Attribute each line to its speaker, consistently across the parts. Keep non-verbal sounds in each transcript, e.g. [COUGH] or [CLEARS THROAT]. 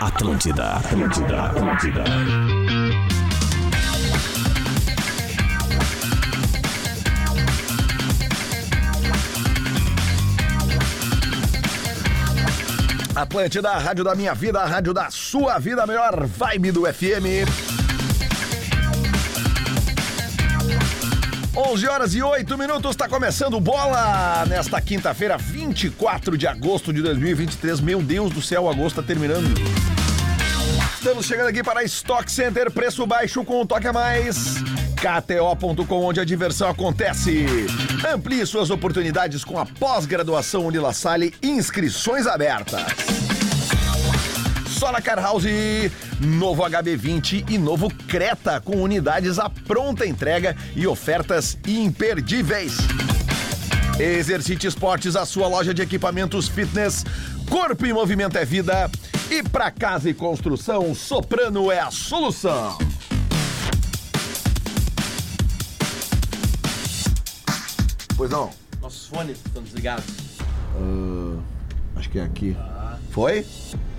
Speaker 1: Atlântida, Atlântida, Atlântida.
Speaker 2: Atlântida, a rádio da minha vida, a rádio da sua vida, a melhor vibe do FM. 11 horas e 8 minutos, está começando o bola nesta quinta-feira, 24 de agosto de 2023. Meu Deus do céu, agosto está terminando. Estamos chegando aqui para Stock Center, preço baixo com um toque a mais. KTO.com, onde a diversão acontece. Amplie suas oportunidades com a pós-graduação Unila Salle, inscrições abertas. Só na Car House, novo HB20 e novo Creta, com unidades à pronta entrega e ofertas imperdíveis. Exercite Esportes, a sua loja de equipamentos fitness. Corpo em movimento é vida. E para casa e construção, Soprano é a solução. Pois não.
Speaker 3: Nossos fones estão desligados.
Speaker 2: Acho que é aqui. Foi?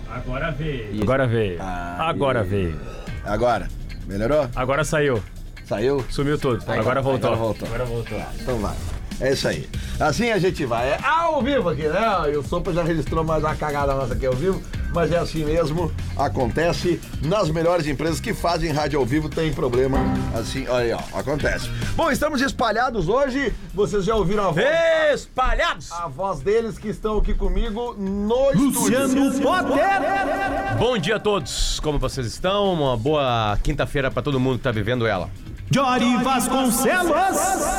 Speaker 4: Agora veio. Agora veio. Agora veio.
Speaker 2: Agora. Melhorou?
Speaker 4: Agora saiu.
Speaker 2: Saiu?
Speaker 4: Sumiu tudo. Agora voltou.
Speaker 2: Tá, então. Agora voltou.
Speaker 4: Agora voltou.
Speaker 2: Então vai. É isso aí. Assim a gente vai. É ao vivo aqui, né? E o Sopa já registrou mais uma cagada nossa aqui ao vivo, mas é assim mesmo. Acontece nas melhores empresas que fazem rádio ao vivo, tem problema assim. Olha aí, ó. Acontece. Bom, estamos espalhados hoje. Vocês já ouviram a voz,
Speaker 3: Espalhados!
Speaker 2: a voz deles que estão aqui comigo no estúdio.
Speaker 3: Bom dia a todos, como vocês estão? Uma boa quinta-feira pra todo mundo que tá vivendo ela.
Speaker 5: Jory Vasconcelos.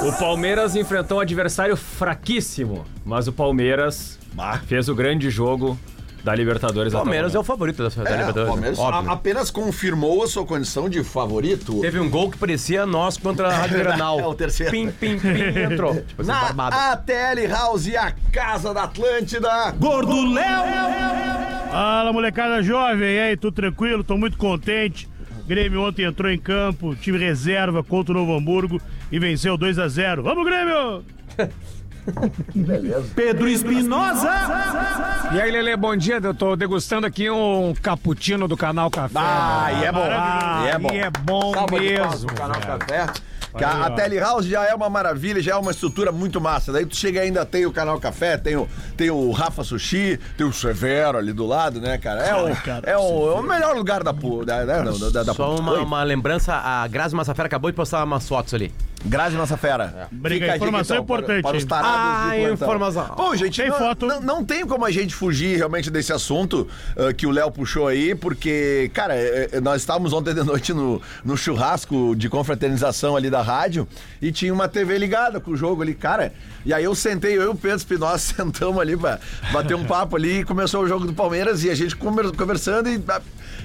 Speaker 4: O Palmeiras enfrentou um adversário fraquíssimo, mas o Palmeiras
Speaker 2: Bah.
Speaker 4: fez o grande jogo da Libertadores.
Speaker 3: O Palmeiras
Speaker 4: até
Speaker 3: é
Speaker 4: o
Speaker 3: o favorito da, da
Speaker 4: tá
Speaker 2: É, o
Speaker 3: Libertadores.
Speaker 2: Palmeiras
Speaker 3: óbvio.
Speaker 2: a- apenas confirmou a sua condição de favorito.
Speaker 3: Teve um gol que parecia nós contra a Rádio
Speaker 2: [LAUGHS]
Speaker 3: Granal.
Speaker 2: É, o terceiro.
Speaker 3: Pim, pim, pim,
Speaker 2: [LAUGHS]
Speaker 3: entrou. Tipo assim,
Speaker 2: Na
Speaker 3: barbado.
Speaker 2: ATL House, a casa da Atlântida.
Speaker 5: Gordo Léo. ah,
Speaker 6: Fala molecada jovem, e aí, tudo tranquilo? Tô muito contente. Grêmio ontem entrou em campo, time reserva contra o Novo Hamburgo e venceu 2 a 0 Vamos, Grêmio!
Speaker 5: Pedro Espinosa.
Speaker 7: E aí, Lele, bom dia. Eu tô degustando aqui um cappuccino do canal Café.
Speaker 2: Ah, e é bom.
Speaker 7: Ah,
Speaker 2: e é bom.
Speaker 7: e é bom
Speaker 2: Salva de palmas
Speaker 7: mesmo.
Speaker 2: pro canal
Speaker 7: cara.
Speaker 2: Café. Que a, a Tele House já é uma maravilha, já é uma estrutura muito massa. Daí tu chega e ainda tem o Canal Café, tem o, tem o Rafa Sushi, tem o Severo ali do lado, né, cara? É o, é o, é o melhor lugar da pu- da, da, da, da, da
Speaker 3: Só uma,
Speaker 2: Oi?
Speaker 3: uma lembrança, a Grazi Massafera acabou de postar umas fotos ali.
Speaker 2: Grazi Nossa Fera.
Speaker 6: Briga,
Speaker 2: Fica a dica,
Speaker 6: informação
Speaker 2: então, para-
Speaker 6: importante,
Speaker 2: Para os
Speaker 6: hein?
Speaker 2: tarados
Speaker 3: É. Ah,
Speaker 2: de plantão.
Speaker 3: informação.
Speaker 2: Bom, gente,
Speaker 6: Tem
Speaker 2: não,
Speaker 6: foto.
Speaker 2: Não, não tem como a gente fugir realmente desse assunto ah, que o Léo puxou aí, porque, cara, é, é, nós estávamos ontem de noite no, no churrasco de confraternização ali da rádio e tinha uma TV ligada com o jogo ali, cara. E aí eu sentei, eu e o Pedro Espinosa [LAUGHS] sentamos ali pra bater um papo ali e começou o jogo do Palmeiras e a gente conver- conversando e. ah,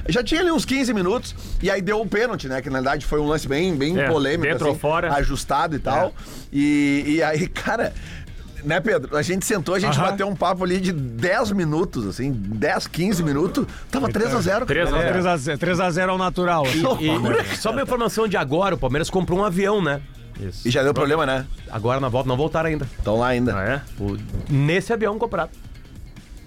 Speaker 2: já tinha ali uns 15 minutos, e aí deu o pênalti, né? Que na verdade foi um lance bem, bem
Speaker 4: É,
Speaker 2: polêmico. assim.
Speaker 4: dentro ou fora.
Speaker 2: Ajustado e
Speaker 4: É.
Speaker 2: tal. E, e aí, [LAUGHS] cara. Né, Pedro? A gente sentou, a gente bateu um papo ali de 10 minutos, assim, 10, 15 minutos. Tava 3x0.
Speaker 4: 3 a 0.
Speaker 7: 3x0 ao natural.
Speaker 3: E, só uma informação de agora, o Palmeiras comprou um avião, né?
Speaker 2: E já deu problema, né?
Speaker 3: Agora na volta, não voltaram ainda.
Speaker 2: Estão lá ainda.
Speaker 4: Ah, é?
Speaker 3: O- nesse avião comprado.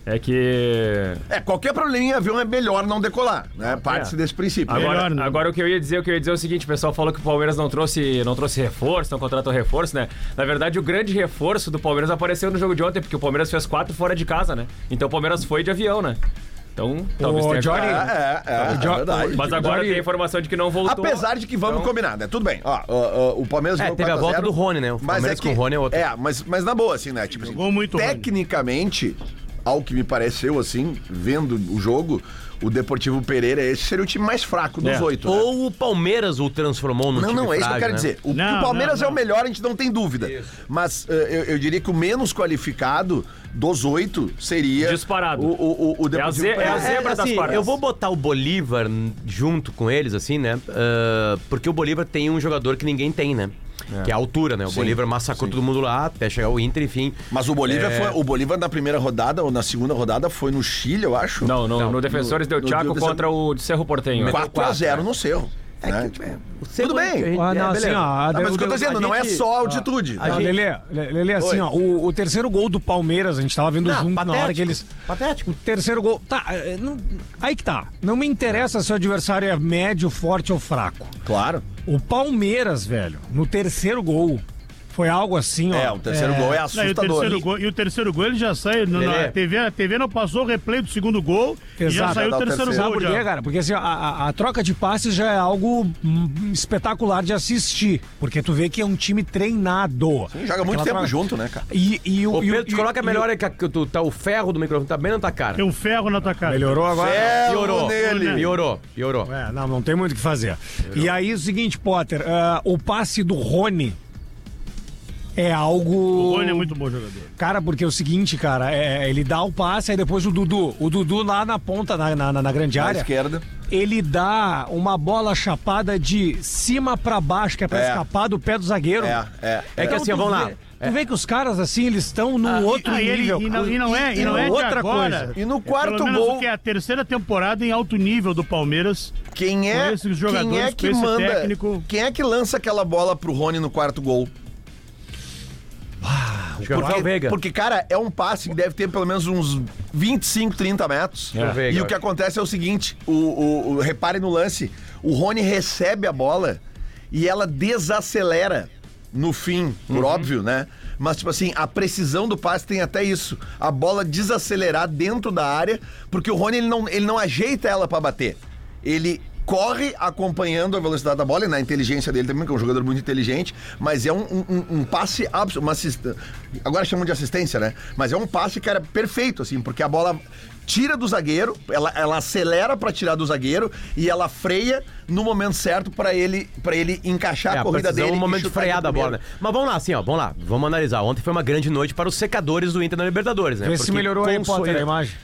Speaker 4: É que
Speaker 2: É, qualquer probleminha em avião é melhor não decolar, né? Parte-se
Speaker 4: É.
Speaker 2: desse princípio.
Speaker 4: Agora,
Speaker 6: Melhor, né?
Speaker 4: agora o que eu ia dizer, o que eu ia dizer é o seguinte, o pessoal falou que o Palmeiras não trouxe, não trouxe reforço, não contratou reforço, né? Na verdade, o grande reforço do Palmeiras apareceu no jogo de ontem, porque o Palmeiras fez quatro fora de casa, né? Então o Palmeiras foi de avião, né? Então, talvez tenha
Speaker 7: Johnny,
Speaker 2: É, é, é, é
Speaker 7: Jo-
Speaker 2: verdade.
Speaker 4: Mas agora
Speaker 7: Johnny-
Speaker 4: tem a informação de que não voltou.
Speaker 2: Apesar de que vamos
Speaker 3: Então.
Speaker 2: combinar, né? Tudo bem. Ó, ó, ó, o Palmeiras
Speaker 3: É,
Speaker 2: jogou
Speaker 3: teve a
Speaker 2: 4 0,
Speaker 3: volta do Rony, né? O
Speaker 2: mas
Speaker 3: Palmeiras
Speaker 2: é que,
Speaker 3: com o Rony é outro.
Speaker 2: É, mas, mas na boa, assim, né? Tipo assim,
Speaker 6: Jogou muito o Rony.
Speaker 2: tecnicamente, ao que me pareceu, assim, vendo o jogo, o Deportivo Pereira, esse seria o time mais fraco dos
Speaker 4: É.
Speaker 2: oito. né?
Speaker 3: Ou o Palmeiras o transformou no
Speaker 2: Não,
Speaker 3: time
Speaker 2: não, é isso que eu
Speaker 3: frágil,
Speaker 2: quero
Speaker 3: né?
Speaker 2: dizer. O, que
Speaker 6: Não,
Speaker 2: o Palmeiras
Speaker 6: não,
Speaker 2: é o melhor, a gente não tem dúvida. Mas eh, eu, eu diria que o menos qualificado dos oito seria.
Speaker 4: Disparado.
Speaker 2: O, o, o, o
Speaker 4: É a,
Speaker 2: Deportivo
Speaker 4: ze- é a
Speaker 2: Pereira.
Speaker 4: zebra das
Speaker 3: assim,
Speaker 4: paradas.
Speaker 3: Eu vou botar o Bolívar n- junto com eles, assim, né? Ah, porque o Bolívar tem um jogador que ninguém tem, né? Que é a altura, né? O Bolívar massacrou todo mundo lá, até chegar o Inter, enfim.
Speaker 2: Mas o Bolívar
Speaker 3: É.
Speaker 2: foi. O Bolívar na primeira rodada, ou na segunda rodada, foi no Chile, eu acho.
Speaker 4: Não, no, no Defensores
Speaker 2: no-
Speaker 4: deu
Speaker 2: no
Speaker 4: Thiago
Speaker 2: Defensor-
Speaker 4: contra o Cerro Portenho. né?
Speaker 2: 4 a 0 no Cerro. né?
Speaker 3: que-
Speaker 2: Tipo,
Speaker 3: é,
Speaker 2: tudo bem.
Speaker 7: Ah, não, assim, ó, a-
Speaker 2: Ah, mas o que eu tô dizendo, não é
Speaker 7: gente-
Speaker 2: só a altitude. né?
Speaker 7: Ah, Lelê, Le- Lelê, assim,
Speaker 2: Oi.
Speaker 7: ó, o, o terceiro gol do Palmeiras, a gente tava vendo junto na hora
Speaker 3: patético,
Speaker 7: que eles.
Speaker 3: patético.
Speaker 7: O terceiro gol. Tá, é, não- aí que tá. Não me interessa se o adversário é médio, forte ou fraco.
Speaker 2: Claro.
Speaker 7: O Palmeiras, velho, no terceiro gol, foi algo assim, ó.
Speaker 2: É, o terceiro gol é
Speaker 6: Não, e, o
Speaker 2: assustador.
Speaker 6: terceiro gol, e o terceiro gol ele já sai. na-
Speaker 3: Lelê.
Speaker 6: na TV, a TV não passou o replay do segundo gol e já
Speaker 7: Exato,
Speaker 6: saiu
Speaker 2: dá
Speaker 6: o
Speaker 2: o
Speaker 6: terceiro,
Speaker 2: terceiro.
Speaker 7: Sabe
Speaker 6: gol.
Speaker 7: por
Speaker 6: Já.
Speaker 7: quê, cara? Porque assim, ó, a, a- a troca de passes já é algo hum, espetacular de assistir. Porque tu vê que é um time treinado.
Speaker 2: Joga muito
Speaker 7: Aquela
Speaker 2: tempo
Speaker 7: troca-
Speaker 2: junto, né, cara?
Speaker 7: E, e o.
Speaker 3: Ô,
Speaker 7: e o-
Speaker 3: Pedro, te
Speaker 7: e-
Speaker 3: coloca
Speaker 7: e o-
Speaker 3: melhor aí que, a- que tu, tá o ferro do microfone, tá bem na tua cara.
Speaker 6: Tem um ferro na tua cara.
Speaker 7: Melhorou
Speaker 2: É
Speaker 7: agora?
Speaker 6: ah,
Speaker 2: Ferro
Speaker 3: Piorou,
Speaker 2: nele.
Speaker 6: né?
Speaker 3: piorou, piorou.
Speaker 7: É, não, não tem muito o que fazer. E aí, o seguinte, Potter, ah, o passe do Rony é algo.
Speaker 6: O Rony é muito bom jogador.
Speaker 7: Cara, porque é o seguinte, cara, é, ele dá o passe, aí depois o Dudu. O Dudu lá na ponta, na, na, na- na grande
Speaker 2: À
Speaker 7: área,
Speaker 2: esquerda.
Speaker 7: ele dá uma bola chapada de cima pra baixo, que é pra
Speaker 2: É.
Speaker 7: escapar do pé do zagueiro.
Speaker 2: É, é.
Speaker 3: É que
Speaker 7: Então,
Speaker 3: assim, ó,
Speaker 7: tu
Speaker 3: vamos lá.
Speaker 7: vê- Tu vê que os caras, assim, eles estão num outro
Speaker 6: É. Ah, e, ele-
Speaker 7: nível.
Speaker 6: e
Speaker 7: cara.
Speaker 6: não, e não é, e não é de
Speaker 7: outra
Speaker 6: agora.
Speaker 7: coisa.
Speaker 2: E no
Speaker 6: É
Speaker 2: quarto
Speaker 6: pelo menos
Speaker 2: gol-
Speaker 6: o que é a terceira temporada em alto nível do Palmeiras.
Speaker 2: Quem
Speaker 6: Com
Speaker 2: é,
Speaker 6: esses
Speaker 2: quem
Speaker 6: jogadores,
Speaker 2: é
Speaker 6: com
Speaker 2: que
Speaker 6: esse
Speaker 2: manda?
Speaker 6: técnico.
Speaker 2: Quem é que lança aquela bola pro Rony no quarto gol?
Speaker 3: Acho que é o Rafael
Speaker 2: Porque,
Speaker 3: Veiga.
Speaker 2: porque, cara, é um passe que deve ter pelo menos uns 25, 30 metros.
Speaker 3: É. Veiga,
Speaker 2: E o que acontece é o seguinte: o, o- o- repare no lance, o Rony recebe a bola e ela desacelera no fim, por óbvio, né? Mas, tipo assim, a precisão do passe tem até isso. A bola desacelerar dentro da área, porque o Rony ele não, ele não ajeita ela pra bater. Ele corre acompanhando a velocidade da bola e na inteligência dele também, que é um jogador muito inteligente, mas é um, um- um- um passe absurdo. Uma assist... Agora chamam de assistência, né? Mas é um passe, cara, perfeito, assim, porque a bola tira do zagueiro, ela, ela acelera pra tirar do zagueiro e ela freia no momento certo pra ele para ele encaixar
Speaker 3: É,
Speaker 2: a
Speaker 3: a
Speaker 2: corrida
Speaker 3: precisão
Speaker 2: dele.
Speaker 3: é um
Speaker 2: e
Speaker 3: momento de
Speaker 2: chutar
Speaker 3: freada a
Speaker 2: de primeira.
Speaker 3: bola, né? Mas vamos lá, assim, ó, vamos lá. Vamos analisar. Ontem foi uma grande noite para os secadores do Inter na Libertadores, né?
Speaker 7: Vê se
Speaker 3: Porque
Speaker 7: melhorou aí,
Speaker 3: consolida-
Speaker 7: Potter, é a imagem.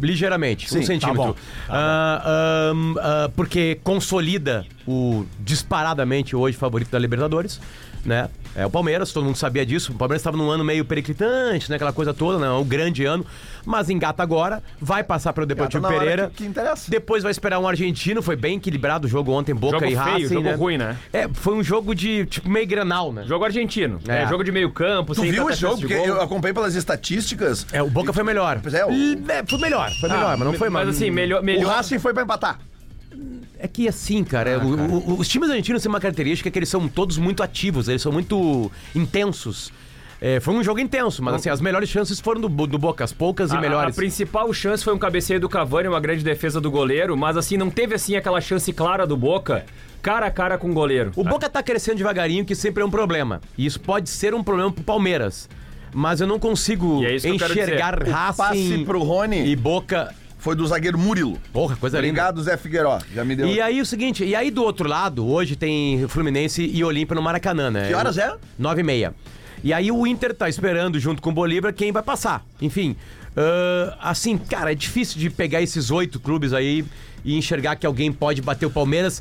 Speaker 3: Ligeiramente, um
Speaker 2: Sim, tá
Speaker 3: centímetro.
Speaker 7: bom,
Speaker 3: Ah, ahn, ah, porque consolida o disparadamente hoje favorito da Libertadores, né? É o Palmeiras, todo mundo sabia disso. O Palmeiras estava num ano meio periclitante, né? Aquela coisa toda, né? Um grande ano. Mas engata agora, vai passar pelo Deportivo
Speaker 2: na hora
Speaker 3: Pereira.
Speaker 2: que- que interessa.
Speaker 3: Depois vai esperar um argentino. Foi bem equilibrado o jogo ontem, Boca
Speaker 4: Jogo
Speaker 3: e
Speaker 4: feio,
Speaker 3: Racing,
Speaker 4: jogo ruim, né?
Speaker 3: É, foi um jogo de, tipo, meio granal, né?
Speaker 4: Jogo argentino.
Speaker 3: É.
Speaker 4: É. jogo de meio campo,
Speaker 2: Tu
Speaker 4: sem
Speaker 2: viu
Speaker 4: tanta
Speaker 2: esse jogo?
Speaker 4: chance de
Speaker 2: Porque
Speaker 4: gol.
Speaker 2: eu acompanhei pelas estatísticas.
Speaker 3: É, o Boca foi melhor.
Speaker 2: Pois é, o-
Speaker 3: L- é, foi melhor, foi melhor, mas não foi mais.
Speaker 4: Mas assim, melhor.
Speaker 2: O
Speaker 4: melhor...
Speaker 2: Racing foi pra empatar.
Speaker 3: É que assim, cara, o- o- os times argentinos têm uma característica que eles são todos muito ativos, eles são muito intensos. É, foi um jogo intenso, mas assim, as melhores chances foram do, Bo- do Boca, as poucas e
Speaker 4: Ah, A- A,
Speaker 3: melhores.
Speaker 4: principal chance foi um cabeceio do Cavani, uma grande defesa do goleiro, mas assim, não teve assim aquela chance clara do Boca, cara a cara com o goleiro.
Speaker 3: O Boca tá crescendo devagarinho, que sempre é um problema. E isso pode ser um problema pro Palmeiras. Mas eu não consigo
Speaker 4: E é isso que eu quero
Speaker 3: enxergar
Speaker 2: O passe
Speaker 3: Racing
Speaker 2: pro Rony
Speaker 3: e Boca.
Speaker 2: foi do zagueiro Murilo.
Speaker 3: Porra, coisa linda.
Speaker 2: Obrigado, Zé Figueiró. Já me deu.
Speaker 3: E aí o seguinte, e aí do outro lado, hoje tem Fluminense e Olímpia no Maracanã, né?
Speaker 2: Que horas é?
Speaker 3: Nove e meia. E aí o Inter tá esperando, junto com o Bolívar, quem vai passar. Enfim, ahn, assim, cara, é difícil de pegar esses oito clubes aí e enxergar que alguém pode bater o Palmeiras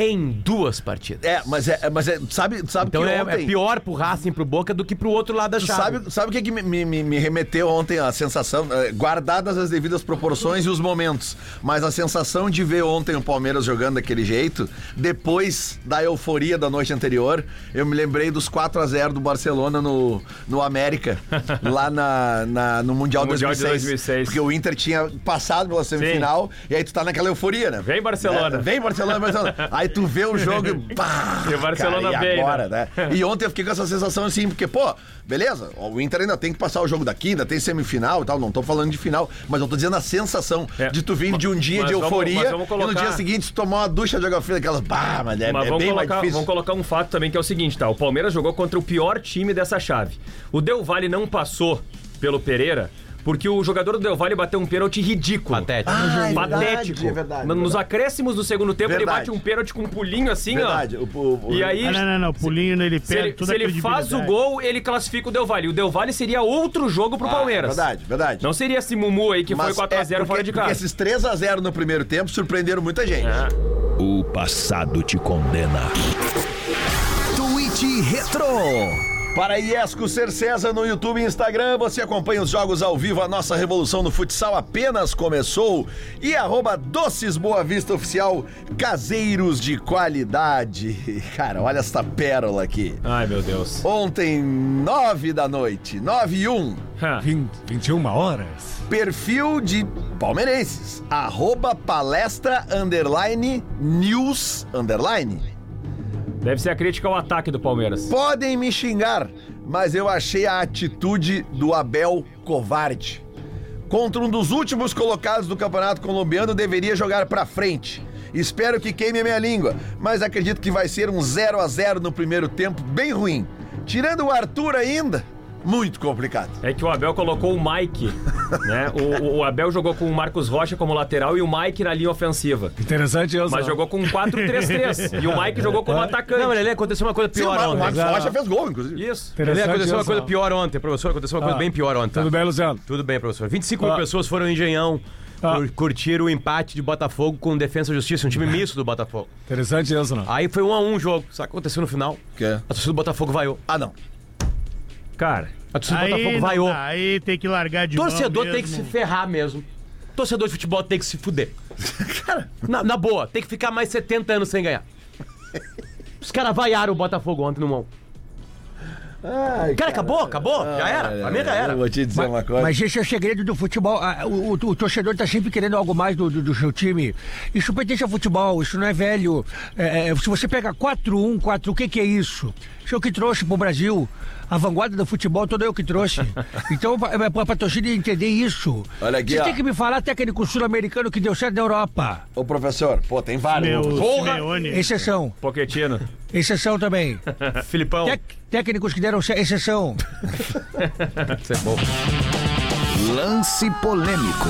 Speaker 3: em duas partidas.
Speaker 2: É, mas é, é- mas é, sabe, sabe
Speaker 3: Então
Speaker 2: que
Speaker 3: é,
Speaker 2: ontem,
Speaker 3: é pior pro Racing, pro Boca, do que pro outro lado da
Speaker 2: Tu
Speaker 3: chave.
Speaker 2: Sabe, sabe o que, que me, me- me remeteu ontem a sensação, eh, guardadas as devidas proporções e os momentos, mas a sensação de ver ontem o Palmeiras jogando daquele jeito, depois da euforia da noite anterior, eu me lembrei dos 4 a 0 do Barcelona no, no América, lá na, na- no Mundial,
Speaker 4: No Mundial de
Speaker 2: 2006,
Speaker 4: 2006.
Speaker 2: Porque o Inter tinha passado pela semifinal e aí tu tá naquela euforia, né?
Speaker 4: Vem, Barcelona.
Speaker 2: É, vem Barcelona, Barcelona. aí tu vê o jogo e pá!
Speaker 4: E o Barcelona
Speaker 2: cara, e
Speaker 4: veio,
Speaker 2: agora,
Speaker 4: né?
Speaker 2: né? E ontem eu fiquei com essa sensação assim, porque, pô, beleza, o Inter ainda tem que passar o jogo daqui, ainda tem semifinal e tal, não tô falando de final, mas eu tô dizendo a sensação
Speaker 4: É.
Speaker 2: de tu vir de um dia
Speaker 4: Mas
Speaker 2: de
Speaker 4: vamos-
Speaker 2: euforia
Speaker 4: mas vamos
Speaker 2: e
Speaker 4: colocar-
Speaker 2: no dia seguinte tu tomar uma ducha de água fria, aquelas, bah, mas é,
Speaker 4: Mas
Speaker 2: é
Speaker 4: vamos,
Speaker 2: bem mais
Speaker 4: colocar,
Speaker 2: difícil.
Speaker 4: vamos colocar um fato também que é o seguinte, tá? O Palmeiras jogou contra o pior time dessa chave. O Del Valle não passou pelo Pereira porque o jogador do Del Valle bateu um pênalti ridículo.
Speaker 3: Patético.
Speaker 2: Ah, é
Speaker 4: Patético.
Speaker 2: verdade, é verdade, é
Speaker 4: Nos
Speaker 2: verdade.
Speaker 4: acréscimos do segundo tempo, ele
Speaker 2: Verdade.
Speaker 4: bate um pênalti com um pulinho assim,
Speaker 2: Verdade.
Speaker 4: ó.
Speaker 2: O, o- o-
Speaker 4: E aí,
Speaker 6: Ah, não, não, não. Pulinho, ele
Speaker 4: se
Speaker 6: perde
Speaker 4: ele,
Speaker 6: tudo
Speaker 4: se ele faz o gol, ele classifica o Del Valle. O Del Valle seria outro jogo pro Palmeiras.
Speaker 2: Ah, é Verdade, verdade.
Speaker 4: Não seria esse Mumu aí que
Speaker 2: Mas
Speaker 4: foi 4x0
Speaker 2: é porque-
Speaker 4: fora de
Speaker 2: Porque
Speaker 4: casa. É.
Speaker 2: esses 3x0 no primeiro tempo surpreenderam muita gente.
Speaker 1: O passado te condena.
Speaker 2: Twitch Retro. Para Iesco Ser César no YouTube e Instagram, você acompanha os jogos ao vivo. A nossa revolução no futsal apenas começou. E arroba Doces Boa Vista Oficial, caseiros de qualidade. [LAUGHS] Cara, olha essa pérola aqui.
Speaker 4: Ai, meu Deus.
Speaker 2: Ontem, nove da noite, nove e um.
Speaker 4: Ha.
Speaker 7: 20, 21 horas.
Speaker 2: Perfil de palmeirenses. Arroba palestra underline news underline.
Speaker 4: Deve ser a crítica ao ataque do Palmeiras.
Speaker 2: Podem me xingar, mas eu achei a atitude do Abel covarde. Contra um dos últimos colocados do Campeonato Colombiano, deveria jogar pra frente. Espero que queime a minha língua, mas acredito que vai ser um 0 a 0 no primeiro tempo, bem ruim. Tirando o Arthur ainda, muito complicado.
Speaker 4: É que o Abel colocou o Mike, né? O, o- o Abel jogou com o Marcos Rocha como lateral e o Mike na linha ofensiva.
Speaker 7: Interessante eu
Speaker 4: Mas jogou com
Speaker 3: [LAUGHS]
Speaker 4: um 4-3-3. e o Mike jogou como atacante.
Speaker 3: É. Não, mas ele aconteceu uma coisa pior
Speaker 2: Sim, o
Speaker 3: ontem.
Speaker 2: Marcos Rocha fez gol, inclusive.
Speaker 4: Isso.
Speaker 3: Lelê,
Speaker 7: Interessante
Speaker 3: aconteceu uma
Speaker 7: essa.
Speaker 3: coisa pior ontem, professor. Aconteceu uma coisa
Speaker 7: Ah.
Speaker 3: bem pior ontem.
Speaker 7: Tudo bem, Luciano?
Speaker 3: Tudo bem, professor. 25 mil
Speaker 7: Ah.
Speaker 3: pessoas foram em Engenhão
Speaker 7: Ah. É.
Speaker 3: cur- curtir o empate de Botafogo com Defensa e Justiça, um time misto do Botafogo.
Speaker 7: Interessante isso,
Speaker 2: Ah,
Speaker 7: não?
Speaker 3: Aí foi um a um o jogo. Sabe o que aconteceu no final?
Speaker 2: Quê?
Speaker 3: A torcida do Botafogo vaiou.
Speaker 2: Ah, não.
Speaker 4: Cara,
Speaker 3: A torcida do
Speaker 6: Aí,
Speaker 3: Botafogo
Speaker 6: não
Speaker 3: vaiou.
Speaker 6: dá, aí tem que largar de
Speaker 3: Torcedor
Speaker 6: mão
Speaker 3: tem que se
Speaker 6: mesmo.
Speaker 3: ferrar mesmo. Torcedor de futebol tem que se
Speaker 4: [LAUGHS]
Speaker 3: fuder. na, na boa, tem que ficar mais 70 anos sem ganhar. Os caras vaiaram o Botafogo ontem no mão.
Speaker 2: Ai, é,
Speaker 3: Cara, acabou, acabou, já era. Pra mim já era.
Speaker 2: Eu vou te dizer uma coisa.
Speaker 8: Mas esse é o segredo do futebol. Ah, O, o- o torcedor está sempre querendo algo mais do, do- do seu time. Isso pertence ao futebol, isso não é velho. É, é, se você pega 4-1, 4 o que, que é isso? Isso é o que trouxe pro Brasil. A vanguarda do futebol toda eu que
Speaker 2: [LAUGHS]
Speaker 8: trouxe. Então, é pra, pra torcida entender isso.
Speaker 2: Olha aqui,
Speaker 8: Você
Speaker 2: ó.
Speaker 8: tem que me falar técnico sul-americano que deu certo na Europa.
Speaker 2: Ô, professor, pô, tem vários.
Speaker 6: Meu
Speaker 3: Porra!
Speaker 6: Simeone.
Speaker 2: É.
Speaker 8: Exceção.
Speaker 4: Poquetino.
Speaker 8: Exceção também.
Speaker 3: Filipão.
Speaker 8: Tec- técnicos que deram certo. Exceção.
Speaker 9: Lance polêmico.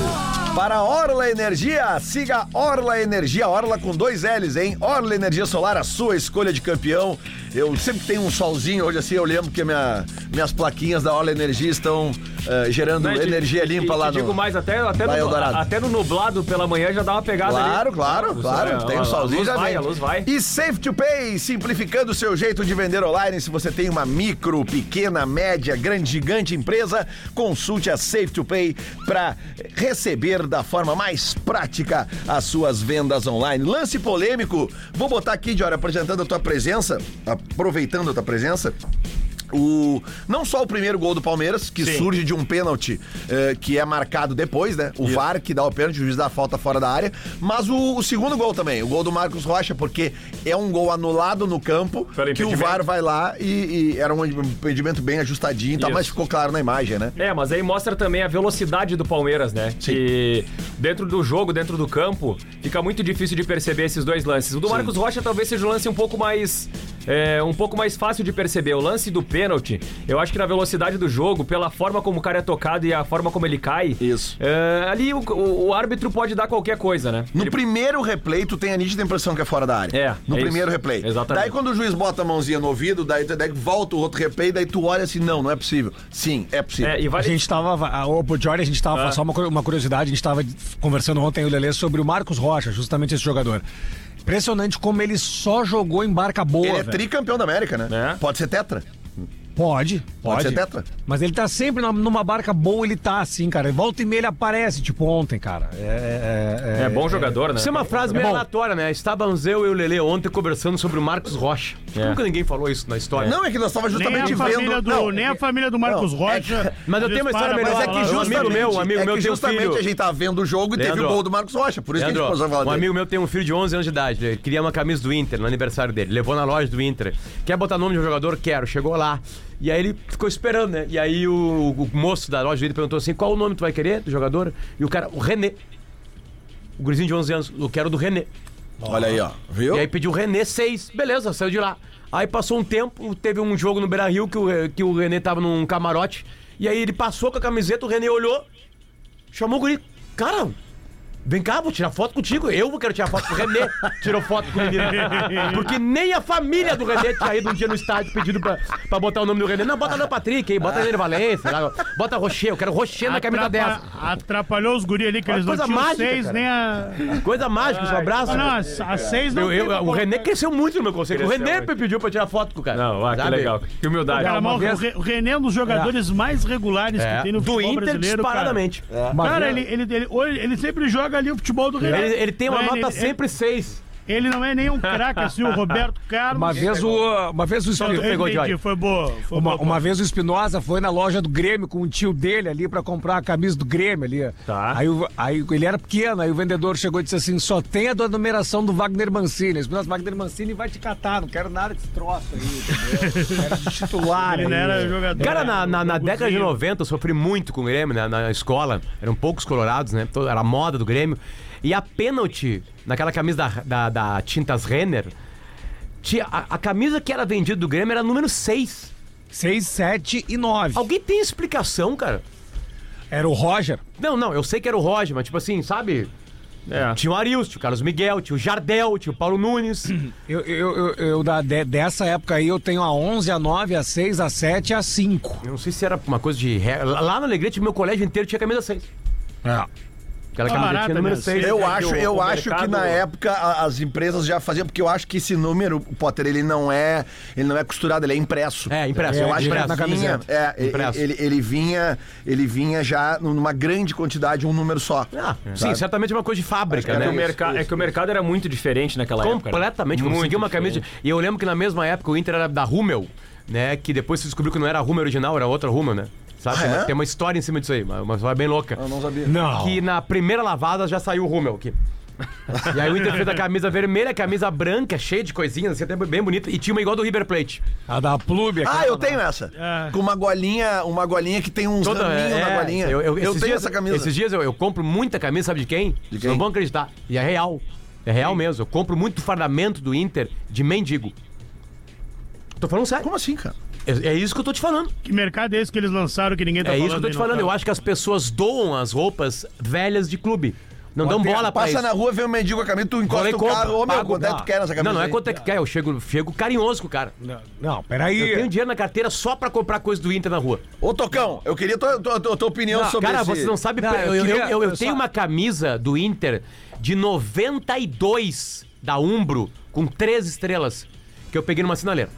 Speaker 2: Para a Orla Energia, siga Orla Energia, Orla com dois L's, hein? Orla Energia Solar, a sua escolha de campeão. Eu sempre tenho um solzinho hoje assim, eu lembro que minha- minhas plaquinhas da Orla Energia estão eh, gerando
Speaker 4: Não, é e te-
Speaker 2: energia
Speaker 4: Né, e-
Speaker 2: limpa
Speaker 4: e
Speaker 2: lá
Speaker 4: te
Speaker 2: no.
Speaker 4: digo mais, até, até,
Speaker 2: lá em
Speaker 4: no,
Speaker 2: Eldorado.
Speaker 4: até no nublado pela manhã já dá uma pegada
Speaker 2: Claro,
Speaker 4: ali.
Speaker 2: claro,
Speaker 4: Isso,
Speaker 2: claro.
Speaker 4: é,
Speaker 2: tem
Speaker 4: a-
Speaker 2: um
Speaker 4: a
Speaker 2: solzinho
Speaker 4: luz
Speaker 2: já
Speaker 4: vai,
Speaker 2: vem.
Speaker 4: a luz vai.
Speaker 2: E Safe to Pay, simplificando o seu jeito de vender online. Se você tem uma micro, pequena, média, grande, gigante empresa, consulte a Safe to Pay para receber da forma mais prática as suas vendas online. Lance polêmico. Vou botar aqui, Diora, apresentando a tua presença, aproveitando a tua presença. O, não só o primeiro gol do Palmeiras, que surge de um pênalti eh, que é marcado depois, né? O VAR que dá o pênalti, o juiz dá a falta fora da área. Mas o, o segundo gol também, o gol do Marcos Rocha, porque é um gol anulado no campo,
Speaker 4: Pelo
Speaker 2: que o
Speaker 4: impedimento.
Speaker 2: VAR vai lá e, e era um impedimento bem ajustadinho e tal,
Speaker 4: Isso.
Speaker 2: mas ficou claro na imagem, né?
Speaker 4: É, mas aí mostra também a velocidade do Palmeiras, né? Que dentro do jogo, dentro do campo, fica muito difícil de perceber esses dois lances. O do Marcos Rocha talvez seja um lance um pouco mais. é, um pouco mais fácil de perceber. O lance do pênalti, eu acho que na velocidade do jogo, pela forma como o cara é tocado e a forma como ele cai.
Speaker 2: Isso.
Speaker 4: é, ali o, o- o árbitro pode dar qualquer coisa, né?
Speaker 2: No
Speaker 4: Ele-
Speaker 2: primeiro replay, tu tem a nítida impressão que é fora da área.
Speaker 4: É,
Speaker 2: No
Speaker 4: é
Speaker 2: primeiro
Speaker 4: isso.
Speaker 2: replay.
Speaker 4: Exatamente.
Speaker 2: Daí quando o juiz bota a mãozinha no ouvido, daí, daí volta o outro replay, daí tu olha assim, não, não é possível. Sim, é possível.
Speaker 4: É, e
Speaker 7: A
Speaker 4: vale,
Speaker 7: gente tava. A, o Jorge, a gente tava.
Speaker 6: Ah.
Speaker 7: Só uma, cu- uma curiosidade, a gente tava conversando ontem eu e o Lelê sobre o Marcos Rocha, justamente esse jogador. Impressionante como ele só jogou em barca boa.
Speaker 2: Ele é
Speaker 7: velho.
Speaker 2: tricampeão da América, né?
Speaker 4: É.
Speaker 2: Pode ser tetra.
Speaker 7: Pode,
Speaker 2: Pode
Speaker 7: pode.
Speaker 2: ser tetra.
Speaker 7: Mas ele tá sempre na- numa barca boa, ele tá assim, cara. Volta e meia ele aparece, tipo ontem, cara. É, é, é.
Speaker 4: é bom jogador, né?
Speaker 3: Isso é uma frase meio aleatória, né? Estávamos eu e o Lelê ontem conversando sobre o Marcos Rocha.
Speaker 4: É.
Speaker 3: Nunca ninguém falou isso na história.
Speaker 2: Não, é que nós estávamos
Speaker 6: Nem
Speaker 2: justamente
Speaker 6: a, família
Speaker 2: vendo. não, é
Speaker 6: do, nem a família do Marcos Rocha.
Speaker 3: Mas eu tenho uma história
Speaker 6: dispara,
Speaker 3: melhor.
Speaker 2: mas
Speaker 6: vai
Speaker 2: é que
Speaker 6: lá, vai lá,
Speaker 2: justamente,
Speaker 3: um amigo meu, um amigo
Speaker 2: é
Speaker 3: meu
Speaker 2: que
Speaker 3: tem um
Speaker 2: justamente
Speaker 3: filho.
Speaker 2: a gente tava vendo o jogo e teve
Speaker 3: Leandro.
Speaker 2: o gol do Marcos Rocha. Por isso que a gente
Speaker 3: Leandro,
Speaker 2: começou a falar
Speaker 3: um
Speaker 2: dele.
Speaker 3: amigo meu tem um filho de 11 anos de idade, ele queria uma camisa do Inter no aniversário dele, levou na loja do Inter. Quer botar nome de um jogador? Quero. Chegou lá. E aí ele ficou esperando, né? E aí o, o moço da loja dele perguntou assim: qual o nome tu vai querer do jogador? E o cara, o René. O gurizinho de 11 anos, eu quero do René.
Speaker 2: Olha aí, ó. Viu?
Speaker 3: E aí pediu o René 6. Beleza, saiu de lá. Aí passou um tempo, teve um jogo no Beira Rio que o, que o René tava num camarote. E aí ele passou com a camiseta, o René olhou, chamou o guri. Cara, Vem cá, vou tirar foto contigo. Eu vou quero tirar foto com o René. [LAUGHS] Tirou foto com o menino. Porque nem a família do René tinha ido um dia no estádio pedindo pra, pra botar o nome do René. Não, bota não Patrick, hein? Bota René Valência. lá. Bota Rocher. Eu quero Rocher na camisa
Speaker 6: Atrapa-
Speaker 3: dessa.
Speaker 6: Atrapalhou os guri ali, que
Speaker 3: Uma
Speaker 6: eles não
Speaker 3: coisa
Speaker 6: tinham
Speaker 3: mágica,
Speaker 6: seis,
Speaker 3: cara.
Speaker 6: nem a.
Speaker 3: Coisa mágica, um abraço.
Speaker 6: Não, as, as seis não.
Speaker 3: Eu- eu-
Speaker 6: tem pra
Speaker 3: o
Speaker 6: colocar.
Speaker 3: René cresceu muito no meu conceito. O
Speaker 4: Cresceu
Speaker 3: René
Speaker 4: muito.
Speaker 3: pediu pra eu tirar foto com o cara.
Speaker 4: Não, ah, que
Speaker 3: sabe?
Speaker 4: legal. Que humildade.
Speaker 6: Cara,
Speaker 7: uma
Speaker 6: mas
Speaker 7: vez-
Speaker 6: o Re- o René é um dos jogadores mais regulares
Speaker 3: É,
Speaker 6: que tem no
Speaker 3: do
Speaker 6: futebol
Speaker 3: Inter,
Speaker 6: brasileiro. cara. É.
Speaker 3: disparadamente.
Speaker 7: é.
Speaker 6: Cara, ele, ele, ele, ou ele- ele sempre joga ali o futebol do René.
Speaker 3: Ele, ele tem uma
Speaker 6: Não é-
Speaker 3: nota
Speaker 6: ele-
Speaker 3: sempre 6.
Speaker 6: Ele, ele não é nem um craque assim,
Speaker 3: [LAUGHS]
Speaker 6: o Roberto Carlos.
Speaker 7: Uma vez o, uma vez o
Speaker 6: Então,
Speaker 7: Espino-
Speaker 6: eu
Speaker 3: pegou,
Speaker 6: entendi,
Speaker 3: Joy.
Speaker 6: Foi boa. Foi
Speaker 7: Uma,
Speaker 6: boa.
Speaker 7: uma vez o Espinosa foi na loja do Grêmio com o tio dele ali pra comprar a camisa do Grêmio ali.
Speaker 4: Tá.
Speaker 7: Aí, o- aí ele era pequeno, aí o vendedor chegou e disse assim: só tem a da numeração do Wagner Mancini. O Espinosa, Wagner Mancini vai te catar, não quero nada desse troço aí, entendeu? Era de titular.
Speaker 6: Ele não
Speaker 7: aí.
Speaker 6: era jogador.
Speaker 3: Cara, na, na, na
Speaker 6: Jogozinho.
Speaker 3: década de 90 eu sofri muito com o Grêmio, né? Na escola, eram poucos colorados, né? Todo- Era a moda do Grêmio. E a pênalti, naquela camisa da, da, da Tintas Renner, tinha, a, a camisa que era vendida do Grêmio era número 6.
Speaker 7: 6, 7 e 9.
Speaker 3: Alguém tem explicação, cara?
Speaker 7: Era o Roger.
Speaker 3: Não, não, eu sei que era o Roger, mas tipo assim, sabe?
Speaker 4: É.
Speaker 3: Tinha o Arius, tinha o Carlos Miguel, tinha o Jardel, tinha o Paulo Nunes.
Speaker 6: [CLEARS THROAT]
Speaker 7: Eu, eu, eu, eu da, de- dessa época aí eu tenho a 11, a 9, a 6, a 7 e a 5.
Speaker 3: Eu não sei se era uma coisa de. re- Lá no Alegrete, meu colégio inteiro tinha camisa 6. Aquela
Speaker 6: Tá
Speaker 3: camiseta
Speaker 6: barata
Speaker 3: tinha número
Speaker 6: mesmo.
Speaker 3: 6.
Speaker 2: Eu
Speaker 4: que
Speaker 2: acho,
Speaker 4: o-
Speaker 2: eu
Speaker 4: o
Speaker 2: acho que
Speaker 4: mercado-
Speaker 2: na época a- as empresas já faziam, porque eu acho que esse número, Potter, ele não é, ele não é costurado, ele é impresso.
Speaker 3: É, impresso,
Speaker 2: Eu
Speaker 3: é,
Speaker 2: acho
Speaker 3: direto
Speaker 2: que
Speaker 3: na
Speaker 2: ele vinha,
Speaker 3: camiseta.
Speaker 2: é, ele-
Speaker 3: Impresso.
Speaker 2: ele, ele vinha, ele vinha já numa grande quantidade, um número só.
Speaker 3: Ah, sim,
Speaker 2: Sabe?
Speaker 3: certamente é uma coisa de fábrica,
Speaker 4: É que,
Speaker 3: né?
Speaker 4: o merca- é que o mercado era muito diferente naquela época. né?
Speaker 3: Completamente,
Speaker 4: Muito
Speaker 3: conseguiu uma camisa. de-
Speaker 4: diferente.
Speaker 3: E eu lembro que na mesma época o Inter era da Rummel, né? Que depois se descobriu que não era a Rummel original, era outra Rummel, né? Sabe?
Speaker 2: Ah,
Speaker 3: tem, uma,
Speaker 2: é? Ah.
Speaker 3: tem uma história em cima disso aí, uma, uma história bem louca.
Speaker 2: Eu não sabia.
Speaker 7: Não.
Speaker 3: Que na primeira lavada já saiu o Rummel aqui. e aí o Inter fez a camisa vermelha, a camisa branca, cheia de coisinhas, assim, até bem bonita. E tinha uma igual do River Plate.
Speaker 7: A da Plúbia.
Speaker 2: Ah, eu
Speaker 3: né?
Speaker 2: tenho essa.
Speaker 3: É.
Speaker 6: Ah.
Speaker 2: Com uma golinha, uma golinha que tem uns Toda, raminhos na golinha.
Speaker 3: Eu, eu- esses
Speaker 2: tenho
Speaker 3: dias-
Speaker 2: essa camisa.
Speaker 3: Esses dias eu, eu compro muita camisa, sabe de quem?
Speaker 2: De
Speaker 3: Vocês
Speaker 2: quem?
Speaker 3: Não vão acreditar. E é real. É real mesmo. Eu compro muito fardamento do Inter de mendigo. Tô falando sério.
Speaker 2: Como assim, cara?
Speaker 3: É, é isso que eu tô te falando.
Speaker 6: Que mercado é esse que eles lançaram que ninguém tá
Speaker 3: é
Speaker 6: falando?
Speaker 3: isso que eu tô te
Speaker 6: aí, não,
Speaker 3: falando. Eu
Speaker 6: cara?
Speaker 3: acho que as pessoas doam as roupas velhas de clube. Não dão bola pra
Speaker 2: Passa
Speaker 3: isso.
Speaker 2: na rua, vê um mendigo com a camisa, tu
Speaker 3: Vou lá
Speaker 2: encosta
Speaker 3: e
Speaker 2: o
Speaker 3: compro,
Speaker 2: carro. Ô, meu,
Speaker 3: pago.
Speaker 2: quanto é que tu quer nessa camisa?
Speaker 3: Não, não é
Speaker 2: aí?
Speaker 3: quanto é que quer. Eu chego, chego carinhoso com o cara.
Speaker 7: Não, peraí.
Speaker 3: Eu tenho dinheiro na carteira só pra comprar coisa do Inter na rua.
Speaker 2: Ô, Tocão, eu queria tua, tua, tua- tua opinião
Speaker 3: Não,
Speaker 2: sobre
Speaker 3: cara,
Speaker 2: esse...
Speaker 3: você não sabe.
Speaker 7: Não,
Speaker 3: eu,
Speaker 7: eu
Speaker 3: eu-
Speaker 7: queria-
Speaker 3: eu- eu
Speaker 7: eu
Speaker 3: tenho
Speaker 7: só-
Speaker 3: uma camisa do Inter de 92 da Umbro com três estrelas que eu peguei numa sinaleira.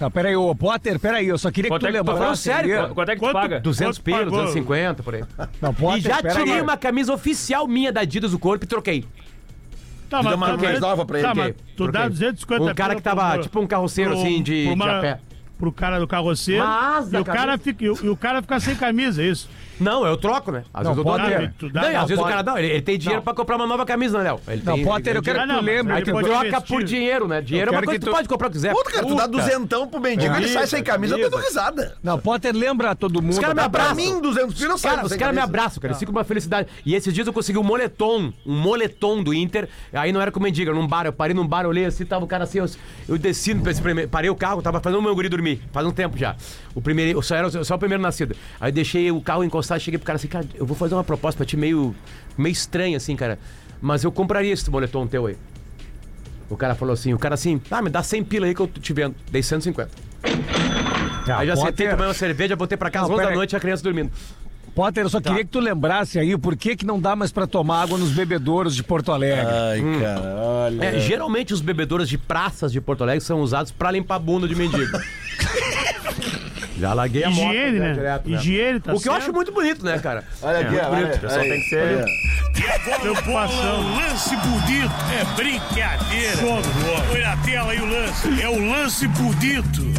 Speaker 7: Não, peraí, ô Potter, peraí, eu só queria
Speaker 4: Quanto
Speaker 7: que
Speaker 4: é
Speaker 7: tu
Speaker 4: que tu tá
Speaker 7: lembrasse.
Speaker 3: falando sério,
Speaker 7: ali.
Speaker 4: Qu- Quanto é que tu
Speaker 6: Quanto-
Speaker 4: paga?
Speaker 3: 200
Speaker 6: Quanto
Speaker 3: pilos,
Speaker 6: pagou?
Speaker 3: 250 por aí.
Speaker 7: Não, Potter,
Speaker 3: e já
Speaker 7: pera
Speaker 3: tirei
Speaker 7: aí.
Speaker 3: uma camisa oficial minha da Adidas do corpo e troquei.
Speaker 6: Tá,
Speaker 2: Dá uma
Speaker 6: tu-
Speaker 2: mais nova pra ele,
Speaker 6: Tá, mas
Speaker 3: Troquei,
Speaker 6: tu dá
Speaker 3: troquei.
Speaker 6: 250
Speaker 3: Um cara
Speaker 6: pila
Speaker 3: que tava
Speaker 6: pro-
Speaker 3: tipo um carroceiro
Speaker 6: pro-
Speaker 3: assim de,
Speaker 6: pro
Speaker 3: de a
Speaker 6: uma-
Speaker 3: pé.
Speaker 6: Pro cara do carroceiro.
Speaker 3: Uma asa
Speaker 6: e, o
Speaker 3: da
Speaker 6: cara
Speaker 3: camisa.
Speaker 6: fica, e, o, e o cara fica sem camisa, é isso.
Speaker 3: Não, eu troco, né? Às
Speaker 7: Não,
Speaker 3: vezes eu dou
Speaker 7: pode-
Speaker 3: dinheiro.
Speaker 6: tu dá-
Speaker 3: Não, e às
Speaker 6: não,
Speaker 3: vezes o
Speaker 6: pode-
Speaker 3: cara dá, ele, ele tem dinheiro pra comprar uma nova camisa, né, Léo? Ele
Speaker 7: Não,
Speaker 3: tem-
Speaker 7: Potter, eu quero
Speaker 6: Ah,
Speaker 7: que
Speaker 6: não,
Speaker 7: tu
Speaker 6: mas
Speaker 7: lembre.
Speaker 6: aí
Speaker 7: Aí tu
Speaker 6: pode-
Speaker 3: Troca
Speaker 6: investir.
Speaker 3: por dinheiro, né? Dinheiro é uma
Speaker 7: quero
Speaker 3: coisa
Speaker 7: que
Speaker 3: que tu
Speaker 7: tu-
Speaker 3: pode comprar o que quiser.
Speaker 2: Puta, cara, tu dá duzentão pro mendigo, ele sai sem camisa, eu tô dando risada.
Speaker 7: Não, Potter lembra todo mundo.
Speaker 3: caras me
Speaker 7: tá?
Speaker 2: Pra
Speaker 3: abraçam.
Speaker 2: mim, 200 pila eu saio
Speaker 3: Cara, os
Speaker 2: sem
Speaker 3: caras me
Speaker 2: camisa.
Speaker 3: abraçam,
Speaker 7: Ah.
Speaker 3: cara. Eu fico com uma felicidade. E esses dias eu consegui um moletom, um moletom do Inter. Aí não era com mendiga, era num bar. Eu parei num bar, olhei assim, tava o cara assim. Eu, eu desci, no prime- parei o carro, tava fazendo o meu guri dormir. Faz um tempo já. O primeiro, eu só era só o primeiro nascido. Aí deixei o carro encostado, cheguei pro cara assim, cara, eu vou fazer uma proposta pra ti meio, meio estranha assim, cara. Mas eu compraria esse moletom teu aí. O cara falou assim, o cara assim, ah, me dá 100 pila aí que eu tô te vendo. Dei 150.
Speaker 7: Tá,
Speaker 3: Aí já sentei,
Speaker 7: Potter,
Speaker 3: tomei uma cerveja, voltei pra casa,
Speaker 7: Não,
Speaker 3: 11 da
Speaker 7: pera aí.
Speaker 3: noite, a criança dormindo.
Speaker 7: Potter, eu só queria que tu lembrasse aí por que, que não dá mais pra tomar água nos bebedouros de Porto Alegre.
Speaker 2: Ai,
Speaker 3: Hum.
Speaker 2: cara, olha.
Speaker 3: É, geralmente os bebedouros de praças de Porto Alegre são usados pra limpar a bunda de mendigo. Já larguei a moto.
Speaker 6: Higiene, né? Higiene, tá
Speaker 3: O que eu
Speaker 6: certo?
Speaker 3: acho muito bonito, né, cara?
Speaker 2: Olha aqui, olha. Só tem que ser...
Speaker 6: preocupação.
Speaker 5: lance bonito é brincadeira. Foi na tela aí o lance. É o lance bonito.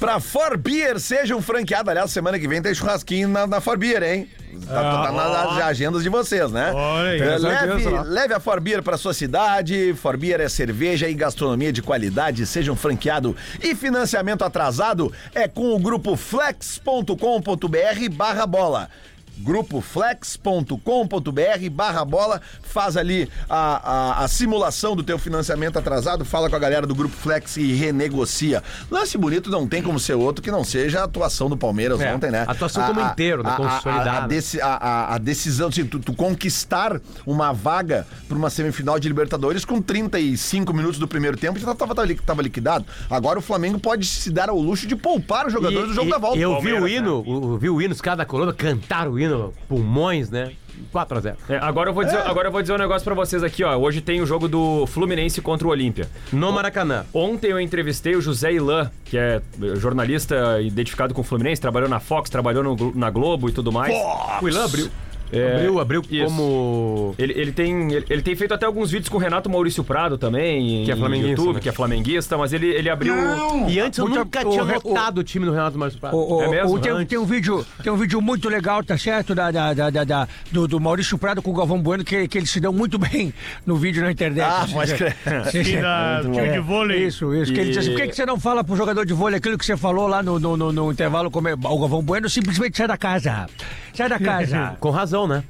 Speaker 2: Pra Forbeer, seja um franqueado. Aliás, semana que vem tem churrasquinho na, na Forbeer, hein? Tá, tá
Speaker 3: Ah,
Speaker 2: nas agendas de vocês, né?
Speaker 6: Olha aí.
Speaker 2: É,
Speaker 6: Graças
Speaker 7: a Deus,
Speaker 2: leve,
Speaker 7: ó.
Speaker 2: leve a Forbeer pra sua cidade. Forbeer é cerveja e gastronomia de qualidade. Seja um franqueado e financiamento atrasado é com o grupo flex.com.br barra bola. grupoflex.com.br barra bola, faz ali a, a, a simulação do teu financiamento atrasado, fala com a galera do Grupo Flex e renegocia. Lance bonito não tem como ser outro que não seja a atuação do Palmeiras
Speaker 3: É,
Speaker 2: ontem, né?
Speaker 3: a atuação
Speaker 2: A-
Speaker 3: como
Speaker 2: a-
Speaker 3: inteiro, né?
Speaker 2: a- a- a-
Speaker 3: Consolidada.
Speaker 2: a deci- a- a- a decisão, assim, tu, tu conquistar uma vaga para uma semifinal de Libertadores com 35 minutos do primeiro tempo já estava liquidado. Agora o Flamengo pode se dar ao luxo de poupar os jogadores do jogo da volta.
Speaker 3: Eu vi o hino, o- eu vi o hino, os caras da corona cantaram o hino, pulmões, né? 4x0.
Speaker 4: É, agora, eu vou dizer, agora eu vou dizer um negócio pra vocês aqui, ó. Hoje tem o jogo do Fluminense contra o Olímpia.
Speaker 3: No Maracanã.
Speaker 4: Ontem eu entrevistei o José Ilan, que é eh, jornalista identificado com o Fluminense, trabalhou na Fox, trabalhou no Glo- na Globo e tudo mais.
Speaker 3: O Ilan abriu.
Speaker 4: É,
Speaker 3: abriu, abriu
Speaker 4: isso.
Speaker 3: como.
Speaker 4: Ele, ele tem, ele, ele tem feito até alguns vídeos com o Renato Maurício Prado também,
Speaker 3: Que é
Speaker 4: em
Speaker 3: flamenguista,
Speaker 4: YouTube,
Speaker 3: né?
Speaker 4: que é flamenguista, mas ele, ele abriu.
Speaker 3: E antes eu
Speaker 8: Muita-
Speaker 3: nunca
Speaker 8: o
Speaker 3: tinha
Speaker 8: re- o-
Speaker 3: notado o time do Renato Márcio Prado.
Speaker 8: O, o-
Speaker 4: É mesmo?
Speaker 8: o- tem, tem um vídeo, tem um vídeo muito legal, tá certo? Da, da, da, da- da- do, do Maurício Prado com o Galvão Bueno, que, que eles se dão muito bem no vídeo na internet.
Speaker 2: Ah,
Speaker 8: Assim,
Speaker 2: pode
Speaker 8: né?
Speaker 2: crer.
Speaker 8: Sim, sim.
Speaker 6: E da
Speaker 8: Muito
Speaker 6: time
Speaker 8: bom.
Speaker 6: de vôlei.
Speaker 8: É, Isso, isso. Que ele
Speaker 4: E-
Speaker 8: diz assim, por que, que você não fala pro jogador de vôlei aquilo que você falou lá no, no, no- no intervalo com o Galvão Bueno? Simplesmente sai da casa. Sai da casa.
Speaker 3: É. [LAUGHS] Com razão, né?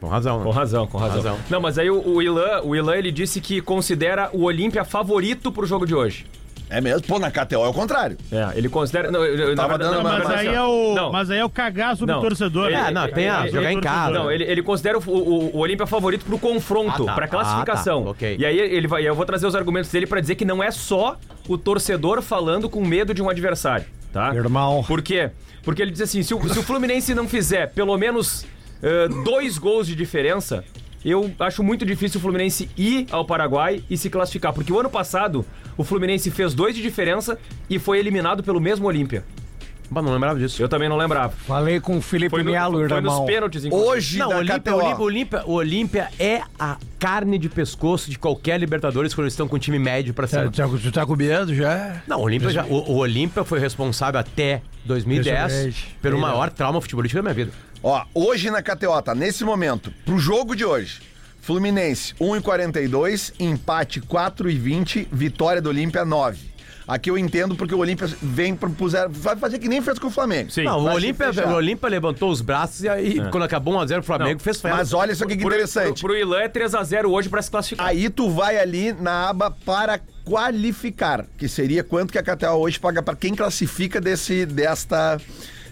Speaker 3: Com razão,
Speaker 4: Com
Speaker 3: né?
Speaker 4: razão, com razão.
Speaker 3: razão.
Speaker 4: Não, mas aí o, o Ilan, o Ilan ele disse que considera o Olímpia favorito pro jogo de hoje.
Speaker 2: É mesmo? Pô, na KTO é o contrário.
Speaker 4: É, ele considera. Não, eu- eu- na
Speaker 2: Tava
Speaker 4: verdade-
Speaker 2: dando
Speaker 4: não,
Speaker 2: uma-
Speaker 4: na
Speaker 6: Mas
Speaker 4: verdade,
Speaker 6: aí é
Speaker 4: assim, ó.
Speaker 6: o,
Speaker 4: Não.
Speaker 6: mas aí é o cagaço do
Speaker 4: Não.
Speaker 6: torcedor.
Speaker 4: É,
Speaker 6: né?
Speaker 3: É, não, tem a
Speaker 4: Ele-
Speaker 3: jogar em
Speaker 6: ele-
Speaker 3: casa.
Speaker 4: Não, ele, ele considera o, o, o Olímpia favorito pro confronto,
Speaker 3: Ah, tá.
Speaker 4: pra classificação.
Speaker 3: Ah, tá. Ok.
Speaker 4: E aí ele vai, eu vou trazer os argumentos dele pra dizer que não é só o torcedor falando com medo de um adversário, tá?
Speaker 7: Irmão.
Speaker 4: Por quê? Porque ele diz assim: se o, se o Fluminense não fizer pelo menos eh, dois gols de diferença, eu acho muito difícil o Fluminense ir ao Paraguai e se classificar. Porque o ano passado, o Fluminense fez dois de diferença e foi eliminado pelo mesmo Olímpia.
Speaker 3: Bah, não lembrava disso.
Speaker 4: Eu também não lembrava.
Speaker 8: Falei com o Felipe
Speaker 4: Foi, no-
Speaker 8: Melo,
Speaker 4: foi nos
Speaker 8: irmão.
Speaker 4: pênaltis, inclusive.
Speaker 2: Hoje
Speaker 3: Não, o
Speaker 2: da
Speaker 3: Olímpia,
Speaker 2: KTO.
Speaker 3: o Olímpia, o Olímpia é a carne de pescoço de qualquer Libertadores quando eles estão com um time médio pra cima.
Speaker 8: Tu tá com medo já?
Speaker 3: Não, o Olímpia, já, o, o Olímpia foi responsável até 2010
Speaker 8: Impressionante.
Speaker 3: pelo maior trauma futebolístico da minha vida.
Speaker 2: Ó, hoje na KTO, tá? Nesse momento, pro jogo de hoje. Fluminense 1,42, empate 4,20, vitória do Olímpia 9. Aqui eu entendo porque o Olímpia vem pro, pro zero, vai fazer que nem fez com o Flamengo.
Speaker 4: Sim. É.
Speaker 3: Não, o
Speaker 2: vai se
Speaker 3: Olímpia,
Speaker 2: fechar.
Speaker 3: o Olímpia levantou os braços e aí, quando acabou 1x0 o Flamengo,
Speaker 4: Não,
Speaker 3: fez festa.
Speaker 2: Mas olha só que que
Speaker 4: Pro-
Speaker 2: interessante.
Speaker 4: Pro, pro Ilan é 3x0 hoje pra se classificar.
Speaker 2: Aí tu vai ali na aba para qualificar, que seria quanto que a KTO hoje paga para quem classifica desse desta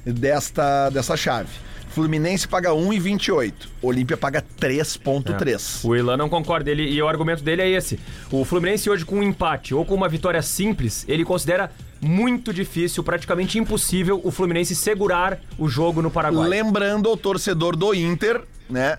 Speaker 2: desta dessa chave. Fluminense paga 1,28, Olímpia paga 3,3.
Speaker 3: É.
Speaker 4: O Ilan não concorda, ele, e o argumento dele é esse. O Fluminense hoje com um empate ou com uma vitória simples, ele considera muito difícil, praticamente impossível, o Fluminense segurar o jogo no Paraguai.
Speaker 2: Lembrando ao torcedor do Inter, né?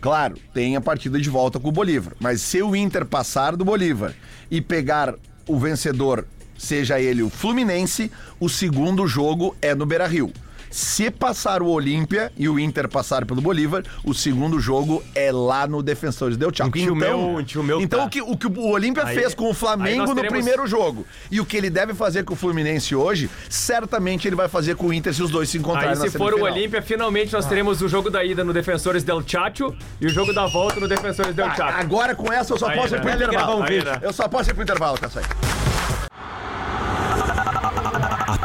Speaker 2: Claro, tem a partida de volta com o Bolívar, mas se o Inter passar do Bolívar e pegar o vencedor, seja ele o Fluminense, o segundo jogo é no Beira-Rio. Se passar o Olímpia e o Inter passar pelo Bolívar, o segundo jogo é lá no Defensores del Chaco.
Speaker 3: Um tio meu- um tio meu
Speaker 2: então
Speaker 3: tá.
Speaker 2: o, que, o que o Olímpia fez com o
Speaker 4: aí nós
Speaker 2: Flamengo no
Speaker 4: teremos-
Speaker 2: primeiro jogo e o que ele deve fazer com o Fluminense hoje, certamente ele vai fazer com o Inter se os dois se encontrarem
Speaker 4: Aí
Speaker 2: na
Speaker 4: se for o
Speaker 2: semifinal.
Speaker 4: Olímpia, finalmente nós teremos o jogo da ida no Defensores del Chacho e o jogo da volta no Defensores del
Speaker 2: Ah,
Speaker 4: Chacho.
Speaker 2: Agora com essa eu só
Speaker 4: Aí,
Speaker 2: posso
Speaker 4: né?
Speaker 2: ir pro
Speaker 4: Vai ter que
Speaker 2: intervalo.
Speaker 4: gravar um vídeo.
Speaker 2: Aí, né? Eu só posso ir pro intervalo, Caçai.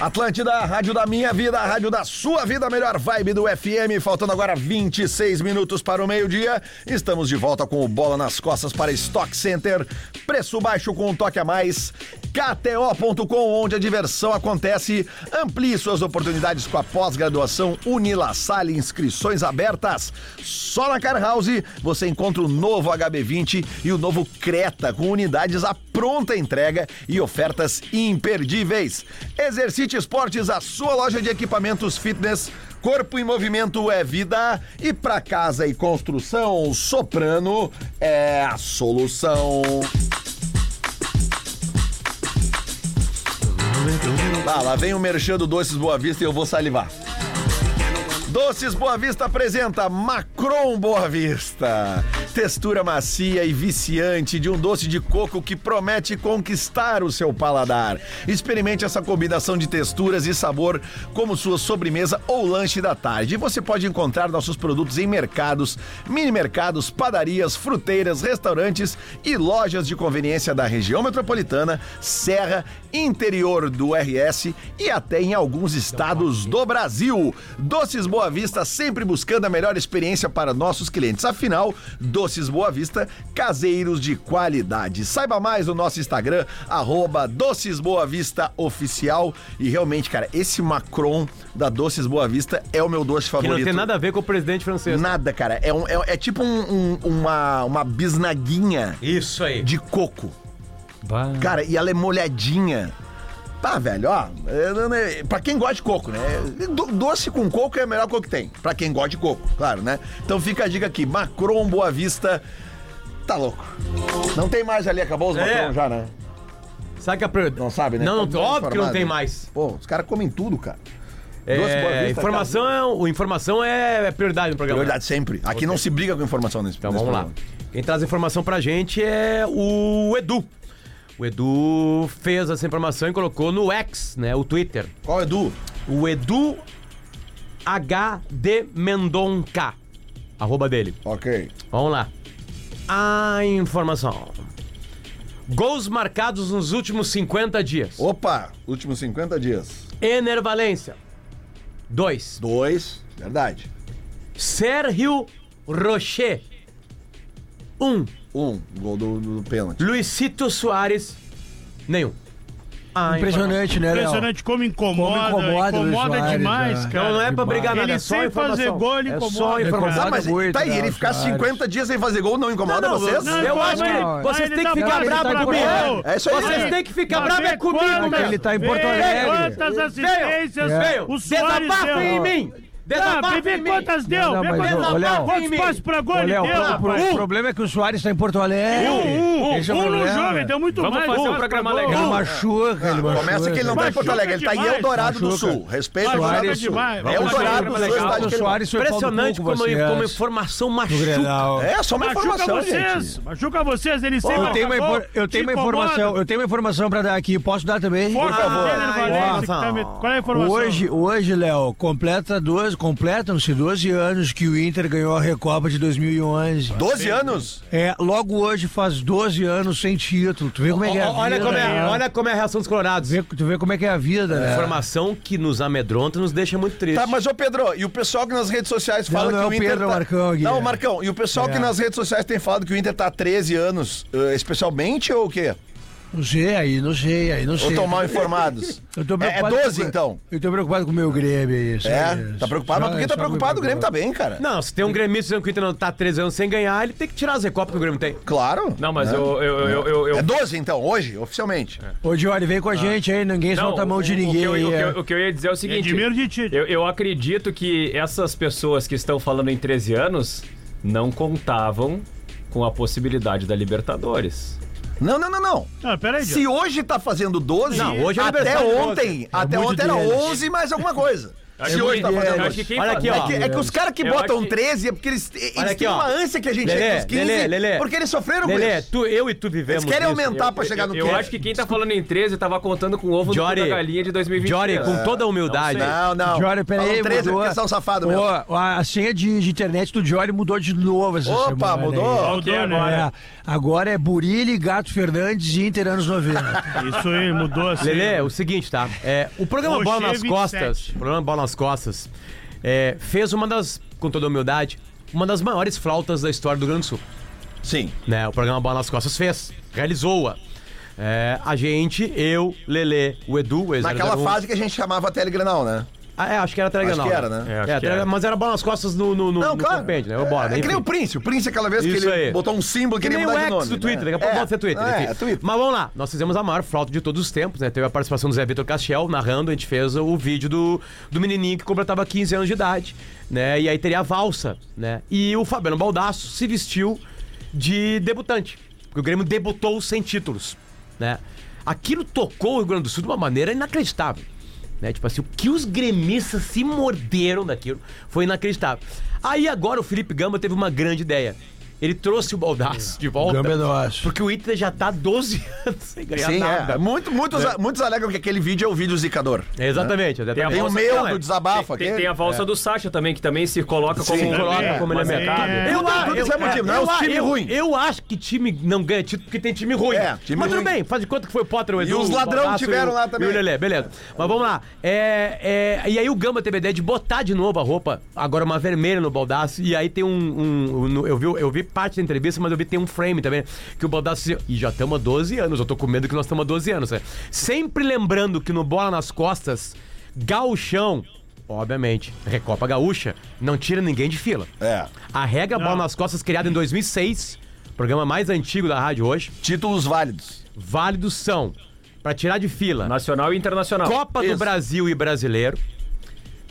Speaker 2: Atlântida, rádio da minha vida, rádio da sua vida, a melhor vibe do FM. Faltando agora 26 minutos para o meio-dia. Estamos de volta com o Bola nas Costas para Stock Center. Preço baixo com um toque a mais. KTO.com, onde a diversão acontece. Amplie suas oportunidades com a pós-graduação Unilassalle. Inscrições abertas. Só na Car House você encontra o novo HB20 e o novo Creta com unidades à pronta entrega e ofertas imperdíveis. Exercite Esportes, a sua loja de equipamentos fitness. Corpo em movimento é vida e para casa e construção, Soprano é a solução. Ah, lá vem o merchan do Doces Boa Vista e eu vou salivar. Doces Boa Vista apresenta Macron Boa Vista. Textura macia e viciante de um doce de coco que promete conquistar o seu paladar. Experimente essa combinação de texturas e sabor como sua sobremesa ou lanche da tarde. E você pode encontrar nossos produtos em mercados, mini mercados, padarias, fruteiras, restaurantes e lojas de conveniência da região metropolitana, Serra interior do RS e até em alguns estados do Brasil. Doces Boa Vista sempre buscando a melhor experiência para nossos clientes. Afinal, Doces Boa Vista, caseiros de qualidade. Saiba mais no nosso Instagram, arroba Doces Boa Vista Oficial. E realmente, cara, esse Macron da Doces Boa Vista é o meu doce
Speaker 3: Que
Speaker 2: favorito.
Speaker 3: não tem nada a ver né? com o presidente francês.
Speaker 2: Nada, cara. É, um- é- é tipo um- um- uma, uma bisnaguinha
Speaker 3: Isso aí.
Speaker 2: de coco.
Speaker 4: Bah.
Speaker 2: Cara, e ela é molhadinha. Tá, velho, ó. é, não, né, Pra quem gosta de coco, né? do- Doce com coco é a melhor coisa que tem. Pra quem gosta de coco, claro, né? Então fica a dica aqui: Macron Boa Vista. Tá louco. Não tem mais ali, acabou os
Speaker 3: É.
Speaker 2: Macron já, né?
Speaker 3: Sabe que a pre-
Speaker 2: Não sabe, né?
Speaker 3: Não,
Speaker 2: Tá
Speaker 3: não, óbvio que não
Speaker 2: informado.
Speaker 3: tem mais.
Speaker 2: Pô, os caras comem tudo, cara. Doce Boa
Speaker 3: É,
Speaker 2: Vista,
Speaker 3: informação, é, o- informação é, é prioridade no
Speaker 2: cara.
Speaker 3: programa.
Speaker 2: Verdade, sempre. Aqui não se briga com informação nesse
Speaker 3: Então
Speaker 2: nesse
Speaker 3: vamos lá.
Speaker 2: programa.
Speaker 3: Quem traz a informação pra gente é o Edu. O Edu fez essa informação e colocou no X, né? O Twitter.
Speaker 2: Qual é, Edu?
Speaker 3: O Edu HD Mendonca. Arroba dele.
Speaker 2: Ok.
Speaker 3: Vamos lá. A informação. Gols marcados nos últimos 50 dias.
Speaker 2: Opa, últimos 50 dias.
Speaker 3: Enervalência. 2.
Speaker 2: Dois. Verdade.
Speaker 3: Sérgio Rocher. 1. Um.
Speaker 2: Um. Gol do, do pênalti.
Speaker 3: Luicito Soares. Nenhum. A
Speaker 8: Impressionante, né, Léo?
Speaker 6: Impressionante como incomoda,
Speaker 8: Como
Speaker 6: incomoda,
Speaker 8: incomoda o Juarez,
Speaker 6: demais,
Speaker 8: né?
Speaker 6: cara.
Speaker 3: Não, não é pra
Speaker 8: Demais.
Speaker 3: brigar nada,
Speaker 6: Ele
Speaker 3: é só
Speaker 6: sem
Speaker 3: informação.
Speaker 6: fazer gol, ele
Speaker 3: é só
Speaker 6: incomoda,
Speaker 3: informação.
Speaker 2: Ah, mas
Speaker 8: muito,
Speaker 2: tá aí,
Speaker 8: né,
Speaker 2: ele ficar
Speaker 8: Soares?
Speaker 2: 50 dias sem fazer gol não incomoda
Speaker 3: Não, não,
Speaker 2: vocês?
Speaker 3: não, Eu acho que
Speaker 8: não.
Speaker 3: vocês
Speaker 6: Ele
Speaker 3: têm
Speaker 6: tá
Speaker 3: que ficar
Speaker 6: bravo,
Speaker 3: bravos
Speaker 8: ele tá
Speaker 3: comigo.
Speaker 8: bravo.
Speaker 2: É isso aí.
Speaker 3: Vocês têm que ficar bravos é comigo,
Speaker 8: quantas-
Speaker 3: cara.
Speaker 8: Ele tá em Porto Alegre.
Speaker 6: Quantas assistências
Speaker 8: É.
Speaker 6: o Soares deu.
Speaker 3: Desabafem em mim.
Speaker 6: Ah, vê
Speaker 3: Desabafem
Speaker 6: vê
Speaker 3: em mim.
Speaker 6: quantas deu,
Speaker 8: Não, não,
Speaker 6: vê
Speaker 8: mas,
Speaker 6: quantas
Speaker 8: ô, Léo.
Speaker 6: Quantos passos pra gol
Speaker 8: Ô,
Speaker 6: ele
Speaker 8: Léo,
Speaker 6: deu,
Speaker 8: o, pro-
Speaker 6: rapaz?
Speaker 8: o problema é que o Soares tá em Porto Alegre.
Speaker 6: Um, um,
Speaker 8: Esse é o
Speaker 6: um no
Speaker 8: problema.
Speaker 6: jogo, Uh. ele deu muito
Speaker 4: Vamos
Speaker 6: mais.
Speaker 4: fazer um
Speaker 6: pra
Speaker 4: programa
Speaker 6: gol.
Speaker 4: legal.
Speaker 8: Ele machuca, ele machuca.
Speaker 2: Começa que ele não tá em Porto Alegre, ele tá em
Speaker 6: Machuca
Speaker 2: Eldorado do
Speaker 8: demais.
Speaker 2: Sul. Respeita o Eldorado
Speaker 6: Machuca
Speaker 2: do Sul.
Speaker 6: demais.
Speaker 2: É Eldorado do Sul,
Speaker 4: Machuca
Speaker 2: cidade
Speaker 8: O
Speaker 2: que ele-
Speaker 8: Soares foi um pau no
Speaker 3: é Impressionante
Speaker 8: cu
Speaker 3: como,
Speaker 8: vocês.
Speaker 3: como a informação
Speaker 8: No
Speaker 3: machuca.
Speaker 8: Grenal.
Speaker 2: É, só uma
Speaker 6: Machuca
Speaker 2: informação,
Speaker 6: vocês,
Speaker 2: gente.
Speaker 6: machuca vocês, ele sempre
Speaker 8: Eu tenho uma, infor- eu tenho uma informação, eu tenho uma informação pra dar aqui. Posso dar também?
Speaker 6: Por favor.
Speaker 3: informação.
Speaker 6: Qual é a informação?
Speaker 8: Hoje, hoje, Léo, completa 12, completam-se 12 anos que o Inter ganhou a Recopa de 2011.
Speaker 2: 12 anos?
Speaker 8: É, logo hoje faz 12 anos sem título. Tu vê como é que é a vida.
Speaker 3: Olha como, é,
Speaker 8: né?
Speaker 3: olha como é a reação dos colorados.
Speaker 8: Tu vê- Tu vê como é que é a vida, né?
Speaker 3: Informação que nos amedronta e nos deixa muito triste.
Speaker 2: Tá, mas ô Pedro, e o pessoal que nas redes sociais
Speaker 8: Não,
Speaker 2: fala
Speaker 8: não é
Speaker 2: que
Speaker 8: o
Speaker 2: o Inter.
Speaker 8: Pedro, é o
Speaker 2: tá...
Speaker 8: Marcão aqui.
Speaker 2: Não, Marcão, e o pessoal
Speaker 8: É.
Speaker 2: que nas redes sociais tem falado que o Inter tá há 13 anos, eh, especialmente ou o quê?
Speaker 8: Não sei, aí não sei, aí não sei.
Speaker 2: Ou tão mal informados?
Speaker 8: Eu tô
Speaker 2: É- é
Speaker 8: preocupado
Speaker 2: 12
Speaker 8: com-
Speaker 2: então?
Speaker 8: Eu tô preocupado com o meu Grêmio aí. sabe?
Speaker 2: É, tá preocupado? Mas por que
Speaker 8: Só-
Speaker 2: tá
Speaker 8: só
Speaker 2: preocupado? O
Speaker 8: me
Speaker 2: Grêmio tá bem, cara.
Speaker 3: Não, se tem um gremista dizendo que o Inter não tá três anos sem ganhar, ele tem que tirar as recopas que o Grêmio tem.
Speaker 2: Claro.
Speaker 4: Não, mas eu, eu, eu, eu, eu-
Speaker 2: É 12 então, hoje, oficialmente.
Speaker 3: É.
Speaker 8: Ô, Diori, vem com a gente aí, ninguém
Speaker 4: Ah. Não,
Speaker 8: solta a mão de
Speaker 4: o- o que
Speaker 8: ninguém
Speaker 4: eu-
Speaker 8: aí.
Speaker 4: O que,
Speaker 8: é.
Speaker 4: eu, o que eu ia dizer é o seguinte:
Speaker 6: Edmiro de Tite.
Speaker 4: eu, eu acredito que essas pessoas que estão falando em 13 anos não contavam com a possibilidade da Libertadores.
Speaker 2: Não, não, não, não.
Speaker 6: Não, peraí,
Speaker 2: Se hoje tá fazendo 12,
Speaker 3: Não, hoje é
Speaker 2: até
Speaker 3: aniversário de
Speaker 2: ontem, até ontem era 11 mais alguma
Speaker 3: [LAUGHS]
Speaker 2: coisa. Se hoje tá fazendo
Speaker 4: Eu acho que
Speaker 2: 12.
Speaker 4: quem
Speaker 3: Olha
Speaker 4: faz-
Speaker 3: aqui,
Speaker 2: É
Speaker 3: ó.
Speaker 2: que, é que os caras que
Speaker 4: Eu
Speaker 2: botam
Speaker 4: acho que-
Speaker 2: 13 é porque eles, eles
Speaker 3: Olha aqui,
Speaker 2: têm
Speaker 3: ó.
Speaker 2: uma ânsia que a gente
Speaker 3: Lelê,
Speaker 2: é dos 15,
Speaker 3: Lelê, Lelê.
Speaker 2: porque eles sofreram com
Speaker 3: Lelê,
Speaker 2: isso.
Speaker 3: tu, eu e tu vivemos
Speaker 2: Eles querem
Speaker 3: isso.
Speaker 2: aumentar pra
Speaker 4: Eu-
Speaker 2: chegar no
Speaker 4: eu, eu
Speaker 2: 15.
Speaker 4: acho que quem tá falando em 13 tava contando com o ovo no cu
Speaker 3: Jory,
Speaker 4: da galinha de 2023.
Speaker 3: Jory, com toda a humildade.
Speaker 4: Não sei.
Speaker 2: Não, não.
Speaker 8: Diori, peraí, um
Speaker 2: Falam 13
Speaker 8: mudou.
Speaker 2: porque é são safados mesmo.
Speaker 8: Ô, a senha de, de internet do Diori mudou de novo essa
Speaker 2: Opa,
Speaker 8: semana.
Speaker 2: mudou?
Speaker 8: aí.
Speaker 6: Mudou,
Speaker 8: É,
Speaker 6: né?
Speaker 8: agora é Burilli, Gato Fernandes e Inter anos
Speaker 7: [LAUGHS]
Speaker 8: 90.
Speaker 6: Isso aí, mudou assim.
Speaker 3: Lelê, é o seguinte, tá? É, o programa
Speaker 6: Rocher,
Speaker 3: Bola nas
Speaker 6: 27.
Speaker 3: Costas, o programa Bola nas Costas, é, fez uma das, com toda humildade, uma das maiores flautas da história do Rio Grande do Sul.
Speaker 2: Sim.
Speaker 3: né? O programa Bola nas Costas fez, realizou-a. É, a gente, eu, Lelê, o Edu, o ex-
Speaker 2: Naquela
Speaker 3: 001.
Speaker 2: fase que a gente chamava Telegranal, né?
Speaker 3: Ah, é, acho que era Telegranal.
Speaker 2: Acho que era, né?
Speaker 4: É,
Speaker 3: É,
Speaker 4: acho que
Speaker 3: Telegra-
Speaker 4: era.
Speaker 3: Mas era Bola nas Costas no, no, no,
Speaker 2: Não,
Speaker 3: no
Speaker 2: claro.
Speaker 3: compênio, né? O Bola,
Speaker 2: é, é que nem o
Speaker 3: enfim.
Speaker 2: Prince. O Prince, aquela vez
Speaker 3: Isso
Speaker 2: que ele
Speaker 3: aí.
Speaker 2: botou um símbolo que
Speaker 3: Que
Speaker 2: ele
Speaker 3: nem
Speaker 2: ia
Speaker 3: o
Speaker 2: mudar
Speaker 3: ex
Speaker 2: de nome.
Speaker 3: do Twitter,
Speaker 2: né?
Speaker 3: daqui a pouco volta a ser Twitter.
Speaker 2: É,
Speaker 3: enfim.
Speaker 2: é Twitter.
Speaker 3: Mas vamos lá, nós fizemos a maior flauta de todos os tempos, né? Teve a participação do Zé Vitor Castiel, narrando, a gente fez o vídeo do, do menininho que completava 15 anos de idade, né? E aí teria a valsa, né? E o Fabiano Baldasso se vestiu de debutante, porque o Grêmio debutou sem títulos, né? Aquilo tocou o Rio Grande do Sul de uma maneira inacreditável né? Tipo assim, o que os gremistas se morderam daquilo foi inacreditável. Aí agora o Felipe Gama teve uma grande ideia. Ele trouxe o Baldassi de volta.
Speaker 8: Gamba é nosso.
Speaker 3: Porque o Inter já tá 12 [LAUGHS] anos sem ganhar
Speaker 2: Sim,
Speaker 3: nada.
Speaker 2: é. Muito, muitos, muitos alegam que aquele vídeo é o vídeo zicador.
Speaker 3: É, Exatamente,
Speaker 4: Tem a
Speaker 3: exatamente.
Speaker 2: Tem o
Speaker 4: Nossa,
Speaker 2: meu
Speaker 4: não, é.
Speaker 2: do desabafo
Speaker 4: Tem,
Speaker 2: aqui.
Speaker 4: tem a
Speaker 3: É.
Speaker 4: valsa do Sacha também, que também se coloca
Speaker 2: Sim,
Speaker 4: como.
Speaker 2: se
Speaker 3: coloca
Speaker 4: É,
Speaker 3: como
Speaker 4: mas
Speaker 3: elemento.
Speaker 4: aí-
Speaker 6: É.
Speaker 2: Eu- tudo isso é motivo, não é os
Speaker 3: a-
Speaker 2: time ruim.
Speaker 3: Eu acho que time não ganha título porque tem time ruim.
Speaker 2: É, time
Speaker 3: Mas tudo
Speaker 2: ruim.
Speaker 3: bem, faz de conta que foi o Potter, o Edu,
Speaker 2: os
Speaker 3: o
Speaker 2: ladrão
Speaker 3: Baldasso
Speaker 2: tiveram
Speaker 3: e o-
Speaker 2: lá também.
Speaker 3: E o Lelé, beleza. Mas vamos lá. É, é, e aí o Gamba teve a ideia de botar de novo a roupa, agora uma vermelha no Baldaço. E aí tem um. um- um- no- eu, vi, eu vi parte da entrevista, mas eu vi tem um frame também. Que o Baldaço. E já estamos há 12 anos, eu tô com medo que nós estamos há 12 anos. Né? Sempre lembrando que no Bola nas Costas, Gauchão. Obviamente, Recopa Gaúcha não tira ninguém de fila.
Speaker 2: É.
Speaker 3: A regra Bola nas Costas, criada em 2006, programa mais antigo da rádio hoje,
Speaker 2: Títulos válidos.
Speaker 3: válidos são para tirar de fila
Speaker 4: Nacional e internacional.
Speaker 3: Copa
Speaker 2: Isso.
Speaker 3: do Brasil e Brasileiro,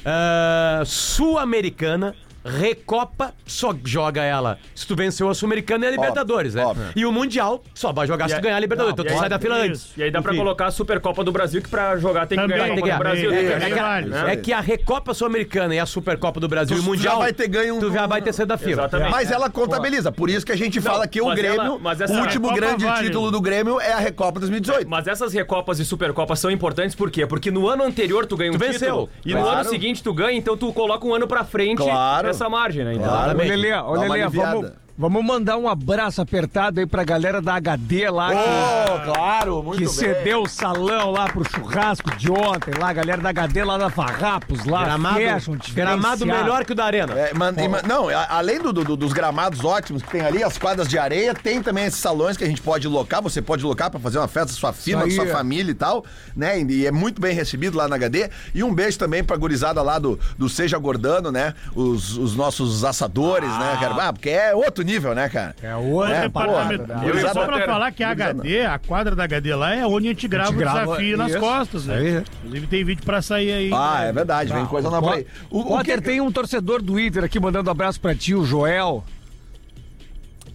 Speaker 3: ah, Sul-Americana, Recopa, só joga ela se tu venceu a Sul-Americana e a Libertadores, né?
Speaker 2: óbvio.
Speaker 3: E o Mundial só vai jogar se
Speaker 4: E
Speaker 3: tu
Speaker 4: aí-
Speaker 3: ganhar a Libertadores, então tu
Speaker 4: e
Speaker 3: sai
Speaker 4: aí-
Speaker 3: da fila
Speaker 6: isso.
Speaker 3: antes.
Speaker 4: E aí dá pra
Speaker 3: Enfim.
Speaker 4: colocar a Supercopa do Brasil, que pra jogar tem que
Speaker 6: Também,
Speaker 4: ganhar a
Speaker 3: Tem que
Speaker 4: Copa
Speaker 3: ganhar.
Speaker 4: do Brasil.
Speaker 3: É,
Speaker 4: né?
Speaker 3: é,
Speaker 6: Tem que
Speaker 3: aquela-
Speaker 6: ganhar, isso
Speaker 3: é
Speaker 2: aí.
Speaker 3: que a Recopa Sul-Americana e a Supercopa do Brasil
Speaker 2: Tu
Speaker 3: e o
Speaker 2: já
Speaker 3: Mundial.
Speaker 2: vai ter ganho um-
Speaker 3: Tu já vai ter saído da fila.
Speaker 4: Exatamente.
Speaker 2: Mas
Speaker 4: É.
Speaker 2: ela contabiliza. Por isso que a gente fala que o
Speaker 4: mas
Speaker 2: Grêmio,
Speaker 4: ela- mas essa
Speaker 2: o último
Speaker 6: Recopa
Speaker 2: grande
Speaker 6: vale.
Speaker 2: título do Grêmio é a Recopa 2018.
Speaker 4: Mas essas Recopas e Supercopas são importantes por quê? Porque no ano anterior tu ganha um
Speaker 3: Tu venceu.
Speaker 4: título e no
Speaker 2: Claro.
Speaker 4: ano seguinte tu ganha, então tu coloca um ano pra frente
Speaker 2: Claro.
Speaker 4: essa margem, né? Então,
Speaker 2: Claro.
Speaker 7: Ô, Lelê,
Speaker 2: Dá
Speaker 7: ô,
Speaker 2: uma
Speaker 7: Lelê,
Speaker 2: aliviada.
Speaker 7: vamos, vamos mandar um abraço apertado aí pra galera da HD lá. que-
Speaker 2: Oh, claro, muito
Speaker 7: Que
Speaker 2: bem.
Speaker 7: cedeu o salão lá pro churrasco de ontem, lá, a galera da HD lá da Farrapos, lá.
Speaker 3: Gramado,
Speaker 7: fashion, diferenciado.
Speaker 3: gramado melhor que o da Arena.
Speaker 2: É, man- e man- não, a- além do- do- dos gramados ótimos que tem ali, as quadras de areia, tem também esses salões que a gente pode locar, você pode locar pra fazer uma festa da sua firma, da
Speaker 7: Isso
Speaker 2: sua
Speaker 7: aí.
Speaker 2: família e tal, né? E, e é muito bem recebido lá na HD. E um beijo também pra gurizada lá do, do Seja Gordano, né? Os, os nossos assadores, né, cara? Ah, porque é outro nível, né, cara?
Speaker 7: É outro
Speaker 2: É,
Speaker 7: departamento.
Speaker 6: Departamento.
Speaker 2: porra,
Speaker 6: Eu
Speaker 2: gurizada-
Speaker 6: só pra falar que a
Speaker 2: gurizada.
Speaker 6: HD, a quadra da HD lá é onde a gente grava,
Speaker 7: A gente grava,
Speaker 6: o desafio nas
Speaker 7: isso.
Speaker 6: costas, né?
Speaker 7: Aí.
Speaker 6: Inclusive tem vídeo pra sair aí.
Speaker 2: Ah,
Speaker 7: né?
Speaker 2: é verdade,
Speaker 7: Tá.
Speaker 2: vem coisa nova aí.
Speaker 7: O,
Speaker 2: é
Speaker 7: Potter tem um torcedor do Inter aqui mandando abraço pra ti, o Joel.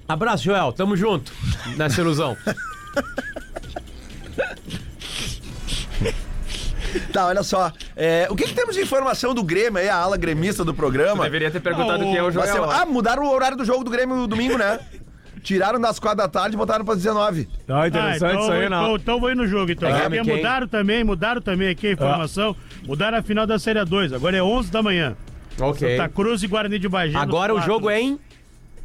Speaker 3: Abraço, Joel. Tamo junto nessa ilusão.
Speaker 2: Tá, olha só. é, o que, que temos de informação do Grêmio aí, a ala gremista do programa?
Speaker 4: Deveria ter perguntado
Speaker 6: Ah, o-
Speaker 4: quem é o
Speaker 2: Vai ser-
Speaker 4: Joel.
Speaker 2: Ah, mudaram o horário do jogo do Grêmio domingo, né? Tiraram das quatro da tarde e botaram para 19.
Speaker 7: Não,
Speaker 6: Ah, então,
Speaker 4: é
Speaker 6: vou- Então, então vou ir no jogo, então.
Speaker 3: É,
Speaker 6: Porque
Speaker 3: quem?
Speaker 6: mudaram também, mudaram também aqui a informação. Mudaram a final da Série 2, agora é 11 da manhã.
Speaker 3: ok.
Speaker 6: Santa Cruz e Guarani de Bagé. nos
Speaker 3: Agora o
Speaker 6: Plátanos.
Speaker 3: jogo é em.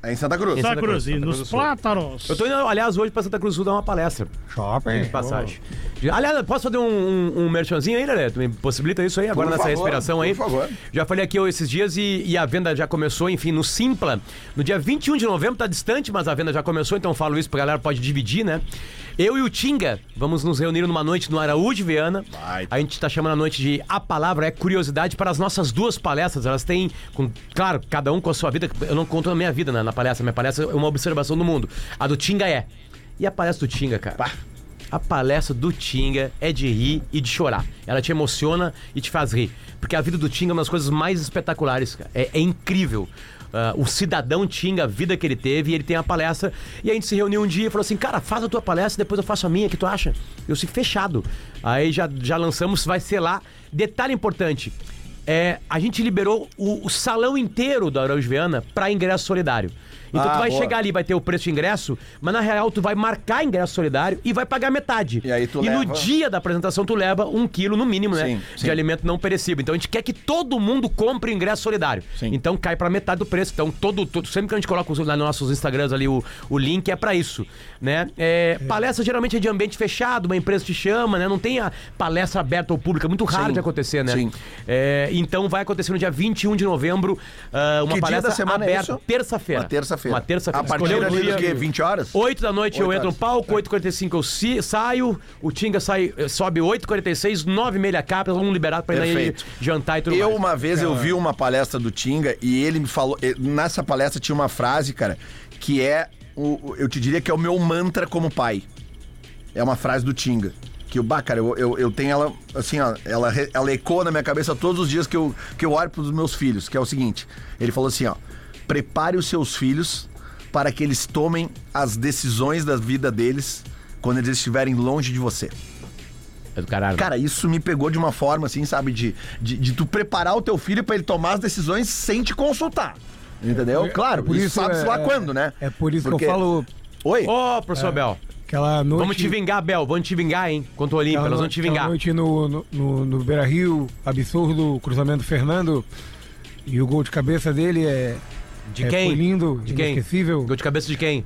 Speaker 2: É em Santa Cruz.
Speaker 6: Santa
Speaker 3: Santa Cruz,
Speaker 6: Cruz, e
Speaker 3: Santa Cruz do
Speaker 6: nos
Speaker 3: Sul.
Speaker 6: Plátanos.
Speaker 3: Eu tô indo, aliás, hoje pra Santa Cruz do Sul dar uma palestra.
Speaker 2: É,
Speaker 7: Shopping.
Speaker 3: de passagem. Aliás, eu posso fazer um, um, um merchanzinho aí, Lelé? Tu me possibilita isso aí agora
Speaker 2: Por
Speaker 3: nessa
Speaker 2: favor,
Speaker 3: respiração
Speaker 2: por
Speaker 3: aí?
Speaker 2: favor.
Speaker 3: Já falei aqui ó, esses dias e, e a venda já começou, enfim, no Simpla. No dia 21 de novembro, tá distante, mas a venda já começou, então eu falo isso pra galera, pode dividir, né? Eu e o Tinga vamos nos reunir numa noite no Araújo Viana.
Speaker 2: Vai.
Speaker 3: A gente tá chamando a noite de A Palavra é Curiosidade para as nossas duas palestras. Elas têm, com- claro, cada um com a sua vida. Eu não conto a minha vida né, na palestra. Minha palestra é uma observação do mundo. A do Tinga é. E a palestra do Tinga, cara? A palestra do Tinga é de rir e de chorar. Ela te emociona e te faz rir. Porque a vida do Tinga é uma das coisas mais espetaculares, cara. É, é incrível. Ah, o cidadão Tinga, a vida que ele teve, e ele tem a palestra. E a gente se reuniu um dia e falou assim: Cara, faz a tua palestra, depois eu faço a minha, o que tu acha? Eu disse, fechado. Aí já, já lançamos, vai ser lá. Detalhe importante: é, a gente liberou o, o salão inteiro da Araújo Viana para ingresso solidário. Então
Speaker 2: Ah,
Speaker 3: tu vai
Speaker 2: boa.
Speaker 3: chegar ali, vai ter o preço de ingresso, mas na real tu vai marcar ingresso solidário e vai pagar metade.
Speaker 2: E aí tu
Speaker 3: no
Speaker 2: leva-
Speaker 3: dia da apresentação tu leva um quilo no mínimo, né?
Speaker 2: Sim, sim.
Speaker 3: De alimento não perecível. Então a gente quer que todo mundo compre ingresso solidário. Então cai pra metade do preço. Então todo, todo- sempre que a gente coloca os- lá nos nossos Instagrams ali o, o link é pra isso, né? É, Palestra geralmente é de ambiente fechado, uma empresa te chama, né? Não tem a palestra aberta ao público, é muito raro
Speaker 2: Sim,
Speaker 3: de acontecer, né?
Speaker 2: sim.
Speaker 3: É, então vai acontecer no dia 21 de novembro, ah, uma
Speaker 2: Que dia
Speaker 3: palestra
Speaker 2: da semana é
Speaker 3: aberta,
Speaker 2: isso?
Speaker 3: terça-feira.
Speaker 2: Uma terça-feira.
Speaker 3: Uma terça-feira.
Speaker 2: A partir
Speaker 3: Escolheu o
Speaker 2: ali
Speaker 3: dia-
Speaker 2: do quê? 20 horas?
Speaker 3: 8 da noite eu
Speaker 2: Oito
Speaker 3: entro no
Speaker 2: horas.
Speaker 3: palco, 8h45 eu si- saio, o Tinga sai, eh, sobe 8h46, 9h30 a capa, vamos liberar pra ele
Speaker 2: Perfeito.
Speaker 3: jantar e tudo
Speaker 2: Eu
Speaker 3: mais.
Speaker 2: uma vez eu vi uma palestra do Tinga e ele me falou, eh, nessa palestra tinha uma frase, cara, que é o, o- eu te diria que é o meu mantra como pai. É uma frase do Tinga. Que o bah, cara, eu, eu, eu tenho ela, assim, ó, ela, re- ela ecoa na minha cabeça todos os dias que eu, que eu olho pros meus filhos, que é o seguinte: ele falou assim, ó, prepare os seus filhos para que eles tomem as decisões da vida deles quando eles estiverem longe de você.
Speaker 3: É do caralho.
Speaker 7: Né?
Speaker 2: Cara, isso me pegou de uma forma, assim, sabe? De, de, de tu preparar o teu filho pra ele tomar as decisões sem te consultar. Entendeu? Claro, por isso sabe-se
Speaker 7: é-
Speaker 2: lá quando, né?
Speaker 7: É por isso
Speaker 2: Porque-
Speaker 7: que eu falo
Speaker 2: Oi?
Speaker 3: Ô,
Speaker 7: É.
Speaker 3: professor Bel,
Speaker 7: aquela noite.
Speaker 3: vamos te vingar, Bel, vamos te vingar, hein? Contra o Olímpia,
Speaker 7: aquela
Speaker 3: nós
Speaker 7: no-
Speaker 3: vamos te
Speaker 7: aquela
Speaker 3: vingar.
Speaker 7: noite no, no, no, no Beira Rio, absurdo, cruzamento do Fernando. E o gol de cabeça dele é.
Speaker 3: De
Speaker 7: é,
Speaker 3: quem?
Speaker 7: Foi lindo,
Speaker 3: de quem?
Speaker 7: inesquecível.
Speaker 3: Gol de cabeça de quem?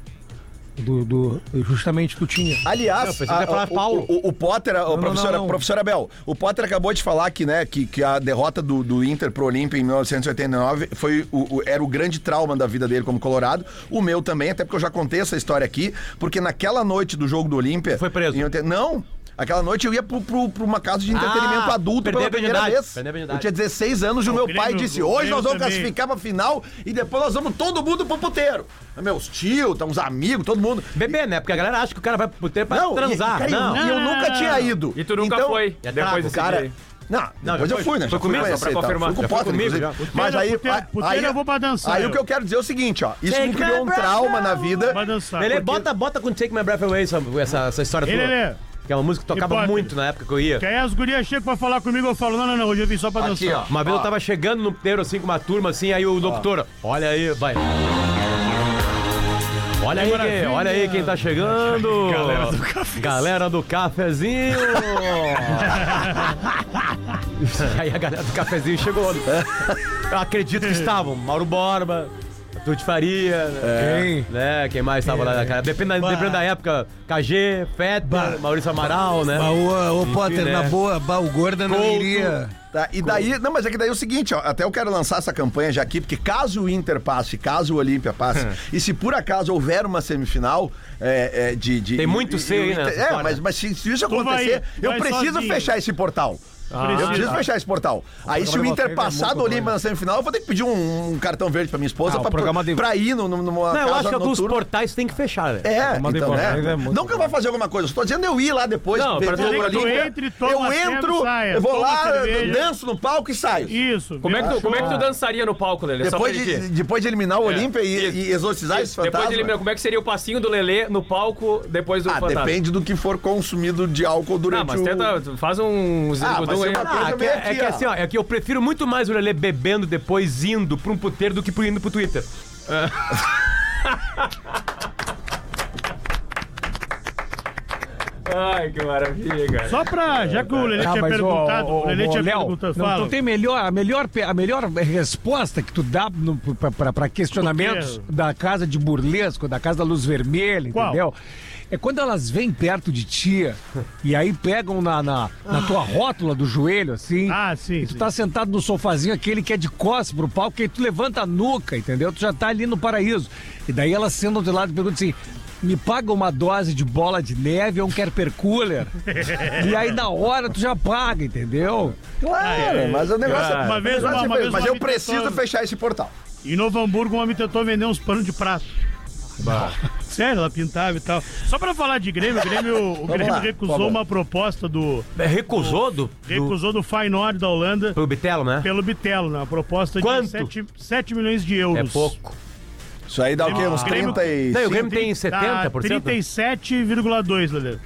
Speaker 7: Do, do, justamente tu tinha.
Speaker 2: Aliás,
Speaker 3: pensei que ia
Speaker 2: a-
Speaker 3: falar
Speaker 2: o-
Speaker 3: Paulo.
Speaker 2: O, o- o Potter, o professor,
Speaker 7: não.
Speaker 2: professor Abel, o Potter acabou de falar que, né, que, que a derrota do, do Inter pro Olímpia em 1989 foi o, o- era o grande trauma da vida dele como colorado. O meu também, até porque eu já contei essa história aqui, porque naquela noite do jogo do Olímpia...
Speaker 3: Foi preso.
Speaker 2: em oitenta- não, aquela noite eu ia pro- pro- pra uma casa de entretenimento
Speaker 3: Ah,
Speaker 2: adulto
Speaker 3: perdeu
Speaker 2: pela
Speaker 3: a
Speaker 2: primeira
Speaker 3: virgindade,
Speaker 2: vez.
Speaker 3: perdeu a virgindade.
Speaker 2: Eu tinha 16 anos e o meu pai
Speaker 6: Grêmio-
Speaker 2: disse,
Speaker 6: o
Speaker 2: hoje
Speaker 6: Grêmio
Speaker 2: nós vamos
Speaker 6: também.
Speaker 2: classificar pra final e depois nós vamos todo mundo pro puteiro. Meus tios, tá, uns amigos, todo mundo.
Speaker 3: Bebê, né? Porque a galera acha que o cara vai pro puteiro pra
Speaker 2: e-
Speaker 3: transar.
Speaker 2: cara,
Speaker 3: não.
Speaker 2: E eu
Speaker 6: Não,
Speaker 2: nunca
Speaker 6: não,
Speaker 2: tinha
Speaker 6: não.
Speaker 2: ido.
Speaker 4: E tu nunca
Speaker 2: Então,
Speaker 4: foi.
Speaker 3: é trago,
Speaker 4: depois desse
Speaker 2: Cara,
Speaker 4: dia.
Speaker 2: não,
Speaker 3: Não,
Speaker 2: depois
Speaker 3: já
Speaker 2: eu
Speaker 3: foi.
Speaker 2: fui, né? fui
Speaker 4: Foi comigo, só pra
Speaker 2: conhecer e tal.
Speaker 4: confirmar.
Speaker 2: Fui com o
Speaker 4: Já foi
Speaker 2: Potter,
Speaker 4: comigo,
Speaker 2: inclusive.
Speaker 4: já.
Speaker 2: Mas aí,
Speaker 6: Puteiro,
Speaker 2: aí-
Speaker 6: puteiro
Speaker 2: aí-
Speaker 6: eu vou pra dançar,
Speaker 2: Aí o
Speaker 6: eu.
Speaker 2: que eu quero dizer é o seguinte, ó. Isso
Speaker 3: Take
Speaker 2: me criou um
Speaker 3: my breath
Speaker 2: trauma na
Speaker 3: away.
Speaker 2: vida.
Speaker 6: Vai dançar.
Speaker 3: Lelê,
Speaker 6: porque-
Speaker 3: bota, bota com Take My Breath Away essa, essa, essa história
Speaker 6: Ei,
Speaker 3: toda.
Speaker 6: Lelê.
Speaker 3: Que é uma música que tocava
Speaker 6: Hipótese.
Speaker 3: muito na época que eu ia.
Speaker 6: Que aí as gurias chegam pra falar comigo, eu falo, não, não, não, hoje eu vim só pra
Speaker 2: Aqui,
Speaker 6: dançar.
Speaker 2: ó.
Speaker 3: Uma vez eu tava chegando no puteiro, assim, com uma turma, assim, aí o locutor, olha aí, vai. Olha aí, quem, olha aí quem
Speaker 2: [LAUGHS]
Speaker 3: tá chegando. Galera do cafezinho. Galera do cafezinho. [LAUGHS] aí a galera do cafezinho chegou. Eu acredito que estavam Mauro Borba, Tuti Faria,
Speaker 2: É.
Speaker 7: Quem?
Speaker 3: né? Quem mais tava lá na cara? Dependendo, da- dependendo da época, KG, Feta, Maurício Amaral, né?
Speaker 8: Bah, ô, ô, Potter,
Speaker 3: né?
Speaker 8: na boa, bah, o Gorda não
Speaker 3: Couto.
Speaker 8: iria.
Speaker 2: Tá, e daí, não, mas é que daí é o seguinte, ó, até eu quero lançar essa campanha já aqui, porque caso o Inter passe, caso o Olímpia
Speaker 3: [LAUGHS]
Speaker 2: passe, e se por acaso houver uma semifinal é, é, de, de-
Speaker 3: Tem
Speaker 2: e-
Speaker 3: muito
Speaker 2: e-
Speaker 3: C
Speaker 2: e o
Speaker 3: aí
Speaker 2: Inter-
Speaker 3: nessa
Speaker 2: É,
Speaker 3: história.
Speaker 2: mas, mas se, se isso
Speaker 6: Tu vai-
Speaker 2: acontecer, eu
Speaker 6: vai
Speaker 2: preciso
Speaker 6: sozinho.
Speaker 2: fechar esse portal. eu preciso fechar esse portal. Aí se o
Speaker 7: programa do
Speaker 2: Inter
Speaker 7: Alfredo é
Speaker 2: passar
Speaker 7: muito
Speaker 2: do Olímpia
Speaker 7: doido.
Speaker 2: na semifinal, eu vou ter que pedir um, um cartão verde pra minha esposa
Speaker 7: Ah, o
Speaker 2: pra,
Speaker 7: programa de-
Speaker 2: pra ir no, no, numa
Speaker 3: Não, eu
Speaker 2: casa
Speaker 3: acho que é alguns
Speaker 2: noturna.
Speaker 3: portais tem que fechar, né?
Speaker 2: É,
Speaker 7: Tomada
Speaker 2: então,
Speaker 7: importante,
Speaker 2: né?
Speaker 7: é muito
Speaker 2: não que eu vá fazer alguma coisa, eu tô dizendo eu ir lá depois.
Speaker 4: Não,
Speaker 2: ver
Speaker 4: pra
Speaker 2: o
Speaker 4: dizer
Speaker 2: jogo
Speaker 4: que tu
Speaker 2: Olímpia.
Speaker 6: entre, toma
Speaker 2: eu
Speaker 6: a cena,
Speaker 2: entro,
Speaker 6: saia,
Speaker 2: eu vou
Speaker 6: toma
Speaker 2: lá,
Speaker 6: cerveja.
Speaker 2: danço no palco e saio.
Speaker 6: Isso.
Speaker 4: Como é, que
Speaker 6: vem
Speaker 4: tu, como é que tu
Speaker 6: pra-
Speaker 4: dançaria no palco, Lelê? Só
Speaker 2: Depois
Speaker 4: pra
Speaker 2: de,
Speaker 4: gente-
Speaker 2: depois de eliminar o Olímpia e,
Speaker 4: é? Isso.
Speaker 2: e exorcizar esse fantasma.
Speaker 4: Depois de eliminar, como é que seria o passinho do Lelê no palco depois do
Speaker 2: Ah,
Speaker 4: fantasma?
Speaker 2: depende do que for consumido de álcool durante
Speaker 4: Não, mas
Speaker 2: o...
Speaker 4: tenta, faz um
Speaker 2: mas
Speaker 4: zirgudum
Speaker 2: é uma
Speaker 4: aí.
Speaker 3: Ah,
Speaker 2: coisa
Speaker 3: que
Speaker 2: meio
Speaker 3: é, é
Speaker 2: aqui,
Speaker 3: que
Speaker 2: ó.
Speaker 3: assim, ó, é que eu prefiro muito mais o Lelê bebendo depois indo pra um puteiro do que pro- indo pro Twitter.
Speaker 4: Ah. [LAUGHS] Ai, que maravilha, cara.
Speaker 6: Só pra, já que o Lelê tinha
Speaker 7: Tá, mas, ô,
Speaker 6: perguntado,
Speaker 7: ô,
Speaker 6: o Lelê
Speaker 7: ô,
Speaker 6: tinha
Speaker 7: Léo,
Speaker 6: perguntado,
Speaker 7: não,
Speaker 6: fala.
Speaker 7: tu tem melhor, a, melhor, pe- a melhor resposta que tu dá no- pra- pra pra questionamentos
Speaker 6: Puteiro.
Speaker 7: da casa de burlesco, da casa da luz vermelha,
Speaker 6: Qual?
Speaker 7: entendeu? É quando elas vêm perto de ti e aí pegam na, na, na tua rótula do joelho, assim.
Speaker 6: Ah, sim,
Speaker 7: E tu
Speaker 6: sim.
Speaker 7: tá sentado no sofazinho, aquele que é de costas pro palco, que aí tu levanta a nuca, entendeu? Tu já tá ali no paraíso. E daí elas sentam de lado e perguntam assim. Me paga uma dose de bola de neve ou um Kerper
Speaker 6: [LAUGHS]
Speaker 7: Cooler. e aí, na hora, tu já paga, entendeu?
Speaker 2: Claro, mas o negócio...
Speaker 6: Uma
Speaker 2: o
Speaker 6: vez
Speaker 2: negócio
Speaker 6: uma-
Speaker 2: é
Speaker 6: uma
Speaker 2: feio,
Speaker 6: vez
Speaker 2: mas
Speaker 6: uma
Speaker 2: eu preciso
Speaker 6: vitória.
Speaker 2: fechar esse portal.
Speaker 6: Em Novo Hamburgo, uma me tentou vender uns panos de prato. [LAUGHS] Sério, ela pintava e tal. Só pra falar de Grêmio, o Grêmio, o Grêmio
Speaker 2: lá, por
Speaker 6: recusou
Speaker 2: favor.
Speaker 6: uma proposta do.
Speaker 3: É Recusou do, do
Speaker 6: Recusou do Feyenoord da Holanda
Speaker 3: pro Bitelo, né?
Speaker 6: pelo Bitelo, né? Uma proposta
Speaker 3: Quanto?
Speaker 6: de 7, milhões de euros.
Speaker 3: É pouco.
Speaker 2: Isso aí dá o quê? Uns
Speaker 6: Grêmio-
Speaker 2: 30 e...
Speaker 3: Não, e o
Speaker 2: cinco,
Speaker 3: Grêmio tem
Speaker 6: Tá
Speaker 3: 70%?
Speaker 6: 37,2, Lelê.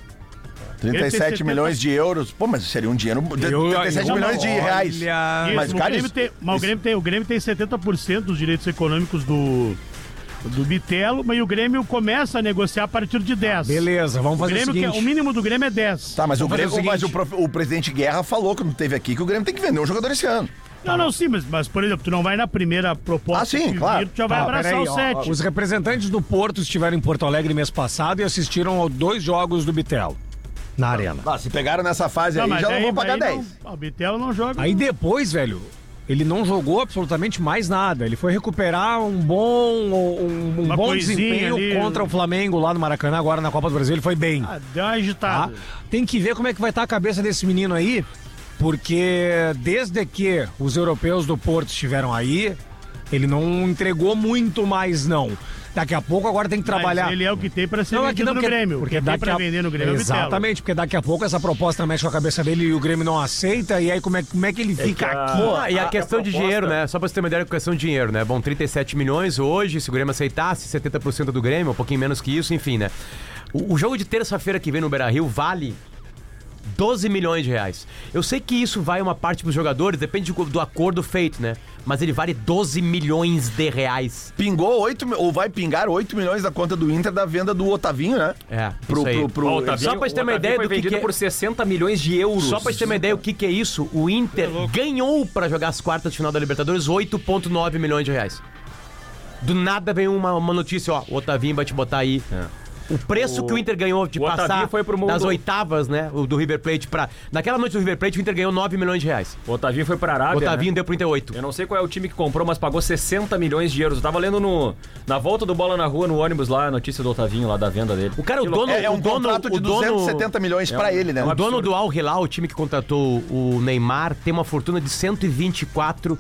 Speaker 2: 37 milhões de euros. Pô, mas seria um dinheiro... 37 milhões de reais.
Speaker 6: Isso,
Speaker 2: Ah, Mas,
Speaker 6: o
Speaker 2: cara,
Speaker 6: Grêmio
Speaker 2: isso-
Speaker 6: tem, mas o Grêmio tem, o Grêmio tem 70% dos direitos econômicos do do Bitelo, mas o Grêmio começa a negociar a partir de 10.
Speaker 2: Ah,
Speaker 7: Beleza, vamos
Speaker 6: O
Speaker 7: fazer o
Speaker 6: Grêmio quer-
Speaker 7: seguinte.
Speaker 6: o mínimo do Grêmio é 10.
Speaker 2: é Tá, mas, o,
Speaker 7: Vamos fazer
Speaker 2: Grêmio,
Speaker 7: o
Speaker 2: mas o,
Speaker 7: seguinte.
Speaker 2: prof- o presidente Guerra falou quando teve aqui que o Grêmio tem que vender um jogador esse ano.
Speaker 6: Não, não, sim, mas, mas, por exemplo, tu não vai na primeira proposta
Speaker 2: Ah, sim,
Speaker 6: que vir,
Speaker 2: claro.
Speaker 6: tu já vai
Speaker 7: Ah,
Speaker 6: abraçar
Speaker 7: peraí,
Speaker 6: o
Speaker 7: ó,
Speaker 6: 7.
Speaker 7: ó, Os representantes do Porto estiveram em Porto Alegre mês passado e assistiram a dois jogos do Bitelo na arena.
Speaker 2: Ah, se pegaram nessa fase aí, já não vão pagar 10.
Speaker 6: Não, o Bitelo não joga.
Speaker 7: Aí depois, velho, ele não jogou absolutamente mais nada. Ele foi recuperar um bom, um, um
Speaker 6: Uma
Speaker 7: bom
Speaker 6: coisinha
Speaker 7: desempenho
Speaker 6: ali.
Speaker 7: contra o Flamengo lá no Maracanã, agora na Copa do Brasil, ele foi bem.
Speaker 6: Ah, deu uma
Speaker 7: tá?
Speaker 6: agitada.
Speaker 7: Tem que ver como é que vai estar a cabeça desse menino aí, porque desde que os europeus do Porto estiveram aí, ele não entregou muito mais, não. Daqui a pouco agora tem que
Speaker 6: Mas
Speaker 7: trabalhar.
Speaker 6: Ele é o que tem pra ser
Speaker 7: Não, é que
Speaker 6: vendido
Speaker 7: não,
Speaker 6: no
Speaker 7: porque-
Speaker 6: Grêmio.
Speaker 7: Porque
Speaker 6: Porque dá
Speaker 7: daqui
Speaker 6: pra
Speaker 7: a...
Speaker 6: vender no Grêmio é o Bitelo.
Speaker 7: Exatamente, porque daqui a pouco essa proposta mexe com a cabeça dele e o Grêmio não aceita, e aí como é, como é que ele fica aqui?
Speaker 3: Ah, e a, questão de dinheiro, né? Só pra você ter uma ideia, a questão de dinheiro, né? Bom, 37 milhões hoje, se o Grêmio aceitasse 70% do Grêmio, um pouquinho menos que isso, enfim, né? O, o jogo de terça-feira que vem no Beira-Rio vale 12 milhões de reais. Eu sei que isso vai uma parte pros jogadores, depende do, do acordo feito, né? mas ele vale 12 milhões de reais.
Speaker 2: Pingou 8, ou vai pingar 8 milhões da conta do Inter da venda do Otavinho, né?
Speaker 3: É,
Speaker 2: Pro,
Speaker 3: isso aí.
Speaker 2: pro, pro,
Speaker 4: Ó, o Otavinho-
Speaker 3: Só pra gente ter
Speaker 4: o
Speaker 3: uma
Speaker 4: Otavinho
Speaker 3: ideia
Speaker 4: foi
Speaker 3: do que
Speaker 4: vendido
Speaker 3: que é-
Speaker 4: por 60 milhões de euros.
Speaker 3: Só pra gente ter uma ideia o que, que é isso, o Inter
Speaker 4: Tá
Speaker 3: ganhou pra jogar as quartas de final da Libertadores 8,9 milhões de reais. Do nada vem uma, uma notícia, ó, o Otavinho vai te botar aí.
Speaker 2: É.
Speaker 3: O preço que o Inter ganhou de
Speaker 4: o Otavinho
Speaker 3: passar
Speaker 4: foi pro mundo-
Speaker 3: das oitavas, né? O do River Plate pra. Naquela noite do River Plate, o Inter ganhou 9 milhões de reais.
Speaker 4: O Otavinho foi
Speaker 3: O
Speaker 4: pra Arábia.
Speaker 3: Otavinho
Speaker 4: né?
Speaker 3: deu pro Inter 8.
Speaker 4: Eu não sei qual é o time que comprou, mas pagou 60 milhões de euros. Eu tava lendo no, na volta do Bola na Rua, no ônibus lá, a notícia do Otavinho, lá da venda dele.
Speaker 3: O cara, o
Speaker 4: Que
Speaker 3: dono.
Speaker 2: É, é um
Speaker 3: o dono,
Speaker 2: contrato de
Speaker 3: o dono-
Speaker 2: 270 milhões pra ele, né?
Speaker 3: O dono do Al Hilal, o time que contratou o Neymar, tem uma fortuna de 124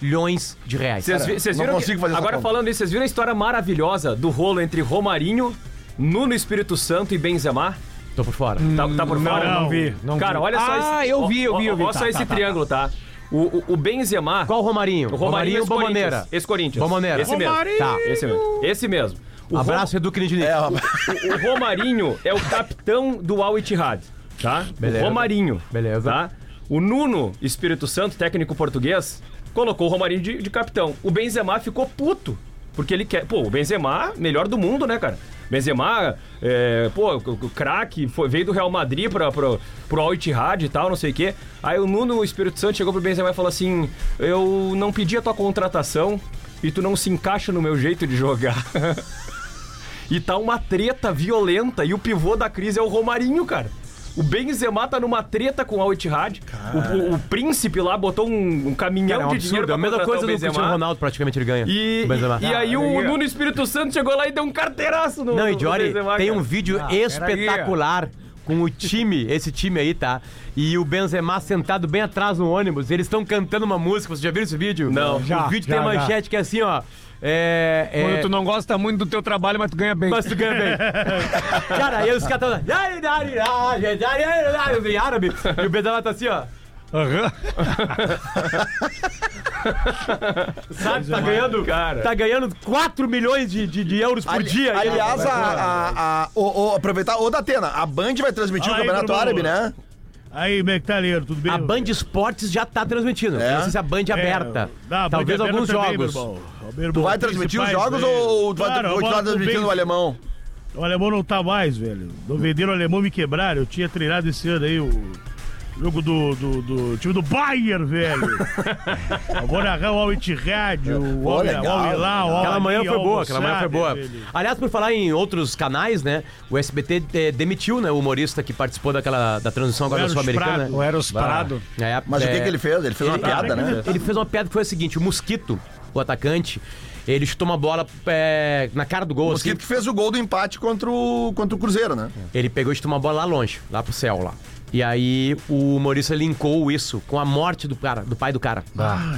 Speaker 3: bilhões de reais.
Speaker 4: Vocês vi-
Speaker 2: Cara,
Speaker 4: vocês
Speaker 2: não
Speaker 4: viram? que-
Speaker 2: consigo fazer essa
Speaker 4: agora
Speaker 2: conta.
Speaker 4: falando isso, vocês viram a história maravilhosa do rolo entre Romarinho, Nuno Espírito Santo e Benzema?
Speaker 3: Tô por fora.
Speaker 4: Tá, tá por fora?
Speaker 6: Hum, não vi, não
Speaker 4: Cara,
Speaker 6: vi.
Speaker 4: olha só
Speaker 7: Ah, eu vi, eu vi, eu vi.
Speaker 4: Olha só
Speaker 7: Tá,
Speaker 4: esse
Speaker 7: tá, tá,
Speaker 4: triângulo, tá? O, o, o Benzema.
Speaker 3: Qual o Romarinho?
Speaker 4: O Romarinho, é
Speaker 3: Romarinho Bomboneira.
Speaker 4: Esse Corinthians.
Speaker 3: Bomboneira.
Speaker 4: Esse mesmo.
Speaker 6: Romarinho!
Speaker 4: Tá, esse mesmo. Esse mesmo. O Ro-
Speaker 3: Abraço, Edu Crinidini.
Speaker 2: É, ó,
Speaker 4: o, o Romarinho é o capitão do Al Ittihad, tá?
Speaker 3: Beleza.
Speaker 4: O Romarinho.
Speaker 3: Beleza.
Speaker 4: Tá? O Nuno Espírito Santo, técnico português, colocou o Romarinho de, de capitão. O Benzema ficou puto, porque ele quer... Pô, o Benzema, melhor do mundo, né, cara? Benzema, é, pô, o- o craque, foi- veio do Real Madrid pra, pro, pro Al Ittihad e tal, não sei o quê. Aí o Nuno Espírito Santo chegou pro Benzema e falou assim, eu não pedi a tua contratação e tu não se encaixa no meu jeito de jogar. [LAUGHS] E tá uma treta violenta. E o pivô da crise é o Romarinho, cara. O Benzema tá numa treta com o Al Ittihad. O, o- o príncipe lá botou um, um caminhão
Speaker 3: Cara, é um
Speaker 4: de dinheiro
Speaker 3: absurdo.
Speaker 4: pra
Speaker 3: É a mesma
Speaker 4: contratar
Speaker 3: coisa do
Speaker 4: o Benzema.
Speaker 3: Cristiano Ronaldo, praticamente ele ganha.
Speaker 4: E,
Speaker 3: o Benzema.
Speaker 4: e, e aí o
Speaker 7: Cara, é-
Speaker 4: Nuno Espírito Santo chegou lá e deu um carteiraço no
Speaker 3: Não, e
Speaker 4: no
Speaker 3: Jory,
Speaker 4: Benzema,
Speaker 3: tem
Speaker 4: cara. Ah,
Speaker 3: um vídeo espetacular com o time, esse time aí, tá? E o Benzema sentado bem atrás no ônibus. Eles estão cantando uma música. Vocês já viram esse vídeo?
Speaker 4: Não.
Speaker 3: o
Speaker 7: Já,
Speaker 3: vídeo
Speaker 7: já,
Speaker 3: tem manchete que é assim, ó. É.
Speaker 7: Quando
Speaker 3: é
Speaker 7: tu não gosta muito do teu trabalho, mas tu ganha
Speaker 3: [LAUGHS]
Speaker 7: bem.
Speaker 3: mas tu ganha
Speaker 7: [LAUGHS]
Speaker 3: bem. Cara, aí os caras ah, estão. Em árabe. E o Benzema tá assim, ó.
Speaker 7: Aham.
Speaker 3: Sabe, tá ganhando.
Speaker 4: Cara.
Speaker 3: Tá ganhando 4 milhões de, de, de euros por
Speaker 2: ali-
Speaker 3: dia. é aí, né?
Speaker 2: aliás, a, a- a- o- o- aproveitar, ô Datena, a Band vai transmitir
Speaker 6: Fala
Speaker 2: o
Speaker 6: aí,
Speaker 2: Campeonato
Speaker 6: Bruno.
Speaker 2: Árabe, né?
Speaker 6: Aí, como é que tá, Leandro? Tudo bem?
Speaker 3: A Band Esportes já tá transmitindo.
Speaker 2: É?
Speaker 3: Não sei se a Band é aberta.
Speaker 6: dá, Band
Speaker 3: Talvez
Speaker 6: aberta
Speaker 3: alguns
Speaker 6: tá também,
Speaker 3: jogos.
Speaker 6: meu irmão. Meu irmão,
Speaker 2: Tu vai transmitir os
Speaker 6: principais,
Speaker 2: jogos
Speaker 6: velho.
Speaker 2: ou tu
Speaker 6: Claro,
Speaker 2: vai
Speaker 6: eu
Speaker 2: continuar
Speaker 6: boto o
Speaker 2: transmitindo o
Speaker 6: Benz-
Speaker 2: alemão?
Speaker 6: O alemão não tá mais, velho. Não venderam o alemão me quebraram. Eu tinha treinado esse ano aí o jogo do, do, do time do Bayern, velho. Eu vou narrar o Alt Rádio, o
Speaker 2: Pô,
Speaker 6: Al
Speaker 2: legal,
Speaker 6: Hilal, o Al
Speaker 3: Aquela manhã
Speaker 6: Ali,
Speaker 3: foi
Speaker 6: o
Speaker 3: boa, aquela manhã foi
Speaker 6: Al-Sadd,
Speaker 3: boa.
Speaker 6: velho.
Speaker 3: Aliás, por falar em outros canais, né? O SBT eh, demitiu, né, o humorista que participou daquela da transmissão agora da
Speaker 6: Eros
Speaker 3: Sul-Americana.
Speaker 6: Prado.
Speaker 7: O Eros Prado.
Speaker 3: É,
Speaker 2: Mas o
Speaker 3: é,
Speaker 2: que, que ele fez? Ele fez uma piada, né?
Speaker 3: Ele fez uma piada que foi a seguinte: o Mosquito, o atacante, ele chutou uma bola eh, na cara do gol,
Speaker 2: O Mosquito
Speaker 3: assim.
Speaker 2: que fez o gol do empate contra o, contra o Cruzeiro, né?
Speaker 3: Ele pegou e chutou uma bola lá longe, lá pro céu, lá. E aí o Maurício linkou isso com a morte do cara, do pai do cara.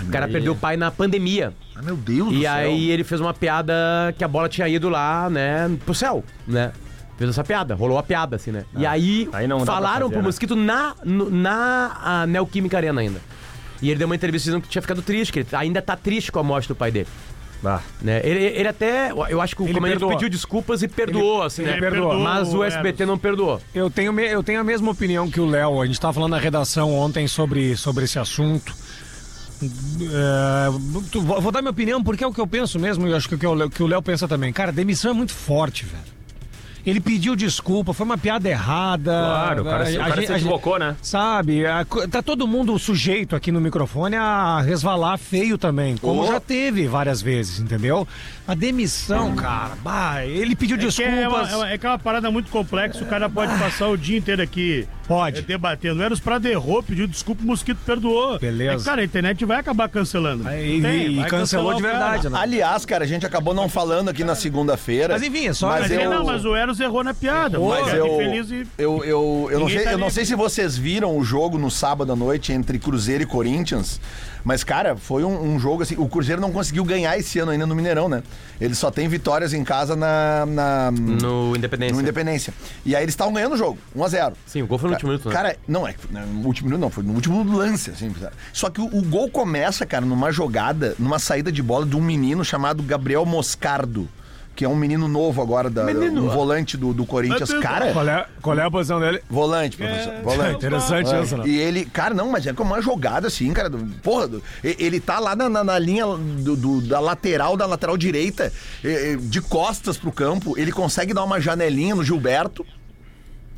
Speaker 3: o cara perdeu o pai na pandemia.
Speaker 2: Ah, meu Deus do
Speaker 3: E
Speaker 2: céu.
Speaker 3: aí ele fez uma piada que a bola tinha ido lá, né, pro céu, né? Fez essa piada, rolou a piada, assim, né? e aí,
Speaker 4: Ah. aí não dá pra
Speaker 3: falaram
Speaker 4: fazer,
Speaker 3: pro
Speaker 4: né?
Speaker 3: Mosquito na, no- na a Neoquímica Arena ainda. E ele deu uma entrevista dizendo que tinha ficado triste, que ele ainda tá triste com a morte do pai dele.
Speaker 4: Ah.
Speaker 3: Né? Ele, ele até, eu acho que o comandante
Speaker 7: perdoou.
Speaker 3: pediu desculpas e perdoou, assim, né?
Speaker 6: ele perdoou,
Speaker 3: Mas o SBT
Speaker 4: é.
Speaker 6: Eros.
Speaker 3: não perdoou.
Speaker 7: Eu tenho, me- eu tenho a mesma opinião que o Léo. A gente estava falando na redação ontem sobre, sobre esse assunto. É, tu- vou vou dar minha opinião porque é o que eu penso mesmo e eu acho que é o que o Léo- que o Léo pensa também. Cara, a demissão é muito forte, velho. Ele pediu desculpa, foi uma piada errada.
Speaker 4: Claro, o cara, se- o
Speaker 7: A
Speaker 4: cara
Speaker 7: gente-
Speaker 4: se
Speaker 7: a gente-
Speaker 4: equivocou, né?
Speaker 7: Sabe, a co- tá todo mundo sujeito aqui no microfone a resvalar feio também, como
Speaker 2: Oh.
Speaker 7: já teve várias vezes, entendeu? A demissão, cara, bah, ele pediu
Speaker 6: Que é, uma,
Speaker 7: desculpas.
Speaker 6: é, uma, é que é uma parada muito complexa, o cara pode passar o dia inteiro aqui
Speaker 7: Pode.
Speaker 6: eh, debatendo. Eros Prado errou, pediu desculpa, o mosquito perdoou.
Speaker 7: Beleza.
Speaker 6: É que, cara, a internet vai acabar cancelando. Tem,
Speaker 7: E, e
Speaker 6: vai
Speaker 7: cancelou
Speaker 6: cancelar
Speaker 7: de
Speaker 6: o cara.
Speaker 7: verdade, né?
Speaker 2: Aliás, cara, a gente acabou não falando aqui na segunda-feira.
Speaker 7: Mas enfim, é só-
Speaker 2: Mas
Speaker 6: Mas,
Speaker 2: eu,
Speaker 6: ele- não, mas o Eros errou na piada.
Speaker 2: Mas
Speaker 6: Mas
Speaker 2: eu,
Speaker 6: né? Feliz e...
Speaker 2: eu, eu, eu, não
Speaker 6: Ninguém
Speaker 2: sei,
Speaker 6: tá
Speaker 2: eu não
Speaker 6: livre.
Speaker 2: sei se vocês viram o jogo no sábado à noite entre Cruzeiro e Corinthians, mas, cara, foi um, um jogo assim. O Cruzeiro não conseguiu ganhar esse ano ainda no Mineirão, né? Ele só tem vitórias em casa na, na-
Speaker 3: No Independência.
Speaker 2: no Independência. E aí eles estavam ganhando o jogo, 1x0.
Speaker 3: Sim, o gol foi no último minuto, né?
Speaker 2: Cara, não, é, não, no último minuto não, foi no último lance, assim. sabe? Só que o, o gol começa, cara, numa jogada, numa saída de bola de um menino chamado Gabriel Moscardo. que é um menino novo agora, da,
Speaker 3: Menino.
Speaker 2: um volante do, do Corinthians.
Speaker 6: Menino.
Speaker 2: Cara,
Speaker 7: Qual é, qual é a posição dele?
Speaker 2: volante,
Speaker 3: É.
Speaker 2: professor. Volante.
Speaker 3: [LAUGHS]
Speaker 7: [LAUGHS] Interessante
Speaker 2: Ah,
Speaker 7: isso, né?
Speaker 2: E ele, cara, não, mas é como uma jogada assim, cara. do- Porra, do- e- ele tá lá na, na- na linha do- do- da lateral, da lateral direita, e- e, de costas pro campo. Ele consegue dar uma janelinha no Gilberto.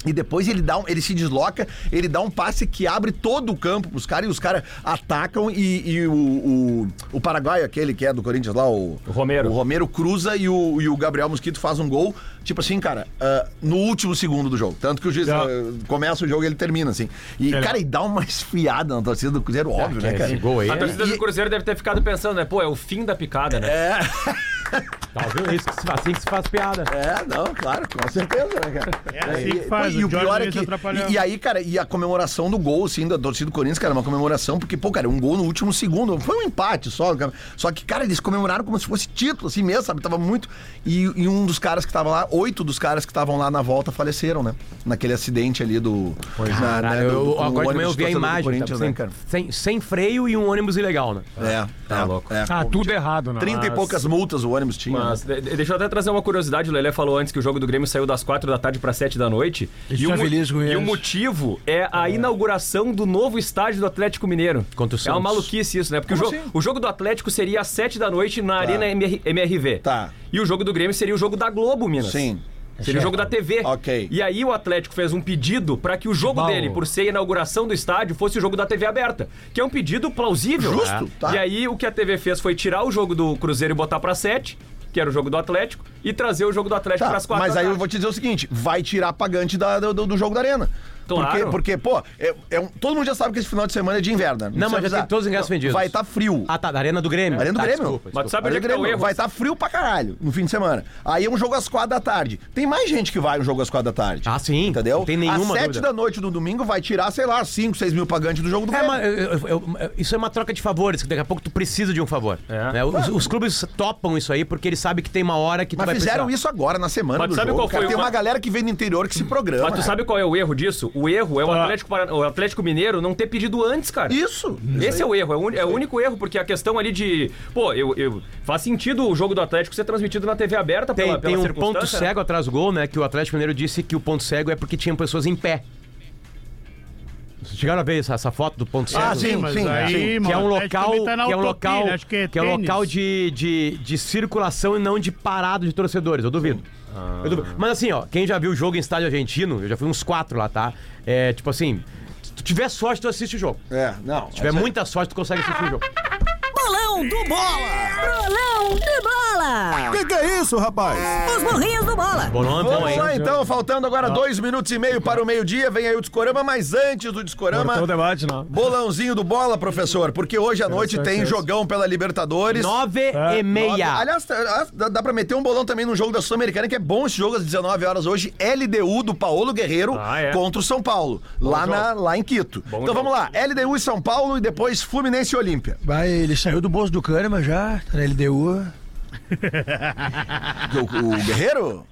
Speaker 2: E depois ele dá um- ele se desloca, ele dá um passe que abre todo o campo pros caras e os caras atacam e, e o, o, o paraguaio, aquele que é do Corinthians lá, o,
Speaker 4: O Romero.
Speaker 2: o Romero cruza e o, e o Gabriel Mosquito faz um gol, tipo assim, cara, ah, no último segundo do jogo. Tanto que o juiz ah, começa o jogo e ele termina, assim. E, cara, e dá uma esfriada na torcida do Cruzeiro, óbvio, né, cara?
Speaker 3: Ah, É, Esse gol aí.
Speaker 4: A torcida
Speaker 2: E-
Speaker 4: do Cruzeiro deve ter ficado pensando, né? Pô, é o fim da picada, né?
Speaker 2: É,
Speaker 3: Tá, viu? Isso que se faz- assim que se faz piada.
Speaker 2: é, não, claro, com certeza, né, cara?
Speaker 6: É assim que
Speaker 2: E-
Speaker 6: faz,
Speaker 2: e, o
Speaker 6: Jorge
Speaker 2: pior é
Speaker 6: Luiz
Speaker 2: que.
Speaker 6: atrapalhando.
Speaker 2: E, e aí, cara, e a comemoração do gol, assim, da torcida do Corinthians, cara, uma comemoração, porque, pô, cara, um gol no último segundo. Foi um empate só. cara. Só que, cara, eles comemoraram como se fosse título, assim mesmo, sabe? Tava muito. E, e um dos caras que tava lá, oito dos caras que estavam lá na volta faleceram, né? Naquele acidente ali do. Pois na,
Speaker 3: é. Caralho,
Speaker 2: né, do-
Speaker 3: eu,
Speaker 2: do- do
Speaker 3: agora de manhã eu
Speaker 2: ônibus
Speaker 3: vi a
Speaker 2: torcedor do
Speaker 3: imagem. tá,
Speaker 2: Corinthians,
Speaker 3: sem,
Speaker 2: né, cara?
Speaker 3: sem, sem freio e um ônibus ilegal, né?
Speaker 2: É, tá louco. É.
Speaker 7: Ah, tudo errado, né?
Speaker 2: 30 e poucas multas o ônibus tinha. né?
Speaker 4: Mas de- de- deixa eu até trazer uma curiosidade. O Lelé falou antes que o jogo do Grêmio saiu das 4 da tarde para 7 da noite. E
Speaker 8: tá
Speaker 4: o, mo-
Speaker 8: feliz com
Speaker 4: e
Speaker 8: isso.
Speaker 4: o motivo é a inauguração do novo estádio do Atlético Mineiro.
Speaker 3: Contra o
Speaker 4: é uma
Speaker 3: Santos.
Speaker 4: maluquice isso, né? Porque o, jo- o jogo do Atlético seria às 7 da noite na Arena MR- MRV.
Speaker 2: Tá.
Speaker 4: E o jogo do Grêmio seria o jogo da Globo, Minas.
Speaker 2: Sim.
Speaker 4: Seria o jogo da TV.
Speaker 2: Ok.
Speaker 4: E aí o Atlético fez um pedido para que o jogo dele, por ser a inauguração do estádio, fosse o jogo da TV aberta. Que é um pedido plausível.
Speaker 2: Justo,
Speaker 4: É.
Speaker 2: tá.
Speaker 4: E aí o que a TV fez foi tirar o jogo do Cruzeiro e botar pra 7, que era o jogo do Atlético, e trazer o jogo do Atlético
Speaker 2: Tá,
Speaker 4: pras 4
Speaker 2: mas aí eu vou te dizer o seguinte: vai tirar pagante da- do, do- do jogo da arena.
Speaker 4: Claro.
Speaker 2: Porque, porque pô, é- é um- todo mundo já sabe que esse final de semana é de inverno. né?
Speaker 3: Não, mas já
Speaker 2: precisa
Speaker 3: tem todos os ingressos vendidos.
Speaker 2: Vai estar frio.
Speaker 3: Ah, tá, da Arena do Grêmio.
Speaker 2: Arena do
Speaker 3: Tá,
Speaker 2: Grêmio.
Speaker 3: desculpa,
Speaker 4: Mas tu
Speaker 3: desculpa.
Speaker 4: sabe onde
Speaker 2: Olha
Speaker 4: é
Speaker 2: o
Speaker 4: que tá o
Speaker 2: Grêmio,
Speaker 4: erro?
Speaker 2: Vai estar frio pra caralho no fim de semana. Aí é um jogo às quatro da tarde. Tem mais gente que vai no jogo às quatro da tarde.
Speaker 3: Ah, sim.
Speaker 2: Entendeu?
Speaker 3: Não tem nenhuma
Speaker 2: Às sete
Speaker 3: dúvida.
Speaker 2: da noite do domingo vai tirar, sei lá, cinco, seis mil pagantes do jogo do
Speaker 3: É,
Speaker 2: Grêmio.
Speaker 3: mas, eu- eu- eu- isso é uma troca de favores, que daqui a pouco tu precisa de um favor.
Speaker 4: É.
Speaker 3: né? Os, os clubes topam isso aí porque eles sabem que tem uma hora que tu
Speaker 2: Mas
Speaker 3: vai
Speaker 2: fizeram isso
Speaker 3: precisar.
Speaker 2: agora na semana
Speaker 4: Mas
Speaker 2: do
Speaker 4: sabe
Speaker 2: jogo.
Speaker 4: qual foi
Speaker 2: cara.
Speaker 4: o-
Speaker 2: Tem uma galera que vem do interior que se programa.
Speaker 4: Mas tu sabe qual é o erro disso? O erro é o Atlético, Parana- o Atlético Mineiro não ter pedido antes, cara.
Speaker 2: Tá. Isso.
Speaker 4: Esse é o erro, é o, uni- é o único erro, porque a questão ali de. Pô, eu, eu- faz sentido o jogo do Atlético ser transmitido na TV aberta
Speaker 3: Tem,
Speaker 4: pela, pela
Speaker 3: tem um
Speaker 4: circunstância,
Speaker 3: ponto
Speaker 4: né?
Speaker 3: cego atrás do gol, né? Que o Atlético Mineiro disse que o ponto cego é porque tinham pessoas em pé. Vocês chegaram a ver essa, essa foto do ponto cego?
Speaker 2: Ah, sim,
Speaker 6: mas
Speaker 2: sim,
Speaker 6: aí,
Speaker 2: sim.
Speaker 6: mano,
Speaker 3: Que é um
Speaker 6: o Atlético
Speaker 3: local.
Speaker 6: também tá na
Speaker 3: que é um
Speaker 6: utopia,
Speaker 3: local,
Speaker 6: né? Acho que é,
Speaker 3: um
Speaker 6: tênis.
Speaker 3: local de, de, de circulação e não de parado de torcedores, eu duvido. Eu duvido. Mas assim, ó, quem já viu o jogo em estádio argentino, eu já fui uns quatro lá, tá? É tipo assim, se tu tiver sorte, tu assiste o jogo. Se
Speaker 2: É, não.
Speaker 3: tiver muita sorte, tu consegue assistir o jogo.
Speaker 10: Bolão do Bola! Bolão do Bola!
Speaker 9: Que que é isso, rapaz?
Speaker 10: Os morrinhos do Bola!
Speaker 3: Bolão é bom,
Speaker 2: Vamos
Speaker 3: hein?
Speaker 2: lá então, faltando agora dois minutos e meio para o meio-dia, vem aí o Discorama, mas antes do Discorama,
Speaker 7: Então debate, não.
Speaker 2: bolãozinho do bola, professor, porque hoje à noite tem jogão pela Libertadores.
Speaker 3: Nove e meia.
Speaker 2: Aliás, tá- dá- dá pra meter um bolão também no jogo da Sul-Americana, que é bom esse jogo às 19 horas hoje, LDU do Paulo Guerreiro
Speaker 4: Ah, é.
Speaker 2: contra o São Paulo, lá, na, lá em Quito. então vamos lá, LDU e São Paulo e depois Fluminense e Olímpia.
Speaker 8: Vai, ele saiu do bolso do Kahneman já, tá na LDU.
Speaker 2: O, [LAUGHS] o Guerreiro?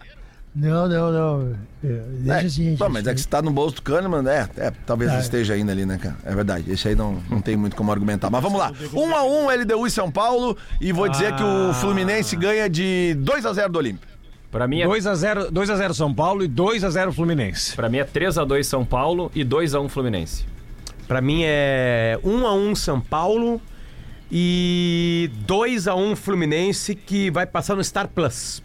Speaker 8: Não, não, não. É, Deixa
Speaker 2: É,
Speaker 8: assim.
Speaker 2: pô, mas é que se tá no bolso do Kahneman, né? É, talvez esteja ainda ali, né, cara? É verdade. Esse aí não, não tem muito como argumentar. Mas vamos lá. 1 a 1 LDU e São Paulo. E vou dizer que
Speaker 8: Ah.
Speaker 2: o Fluminense ganha de 2 a 0 do Olímpio.
Speaker 4: Pra mim é
Speaker 7: 2x0 2x0 São Paulo e 2x0 Fluminense.
Speaker 4: Pra mim é 3x2 São Paulo e 2x1 Fluminense.
Speaker 3: Pra mim é 1 a 1 São Paulo e 2 a 1 Fluminense que vai passar no Star Plus.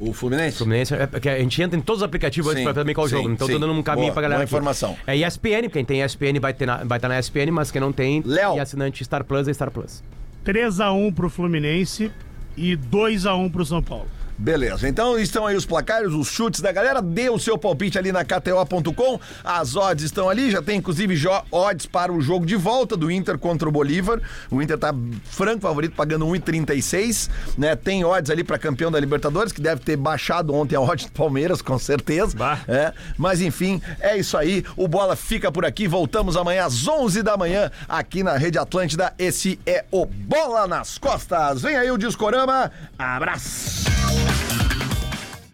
Speaker 2: O Fluminense?
Speaker 3: Fluminense, é porque a gente entra em todos os aplicativos antes
Speaker 2: Sim,
Speaker 3: pra ver também qual o
Speaker 2: sim,
Speaker 3: jogo. Então
Speaker 2: sim.
Speaker 3: tô dando um caminho
Speaker 2: Boa,
Speaker 3: pra galera.
Speaker 2: boa
Speaker 3: aqui.
Speaker 2: informação.
Speaker 3: É ESPN, quem tem ESPN vai estar vai tá na ESPN, mas quem não tem
Speaker 2: Léo.
Speaker 3: e assinante Star Plus é Star Plus.
Speaker 6: 3x1 pro Fluminense e 2x1 pro São Paulo.
Speaker 2: Beleza, então estão aí os placares, os chutes da galera. Dê o seu palpite ali na KTO.com. As odds estão ali, já tem inclusive jo- odds para o jogo de volta do Inter contra o Bolívar. O Inter tá franco favorito, pagando 1,36. Né? Tem odds ali para campeão da Libertadores, que deve ter baixado ontem a odd do Palmeiras, com certeza. É. Mas enfim, é isso aí. O Bola fica por aqui. Voltamos amanhã às 11 da manhã aqui na Rede Atlântida. Esse é o Bola nas Costas. Vem aí o Discorama. Abraço!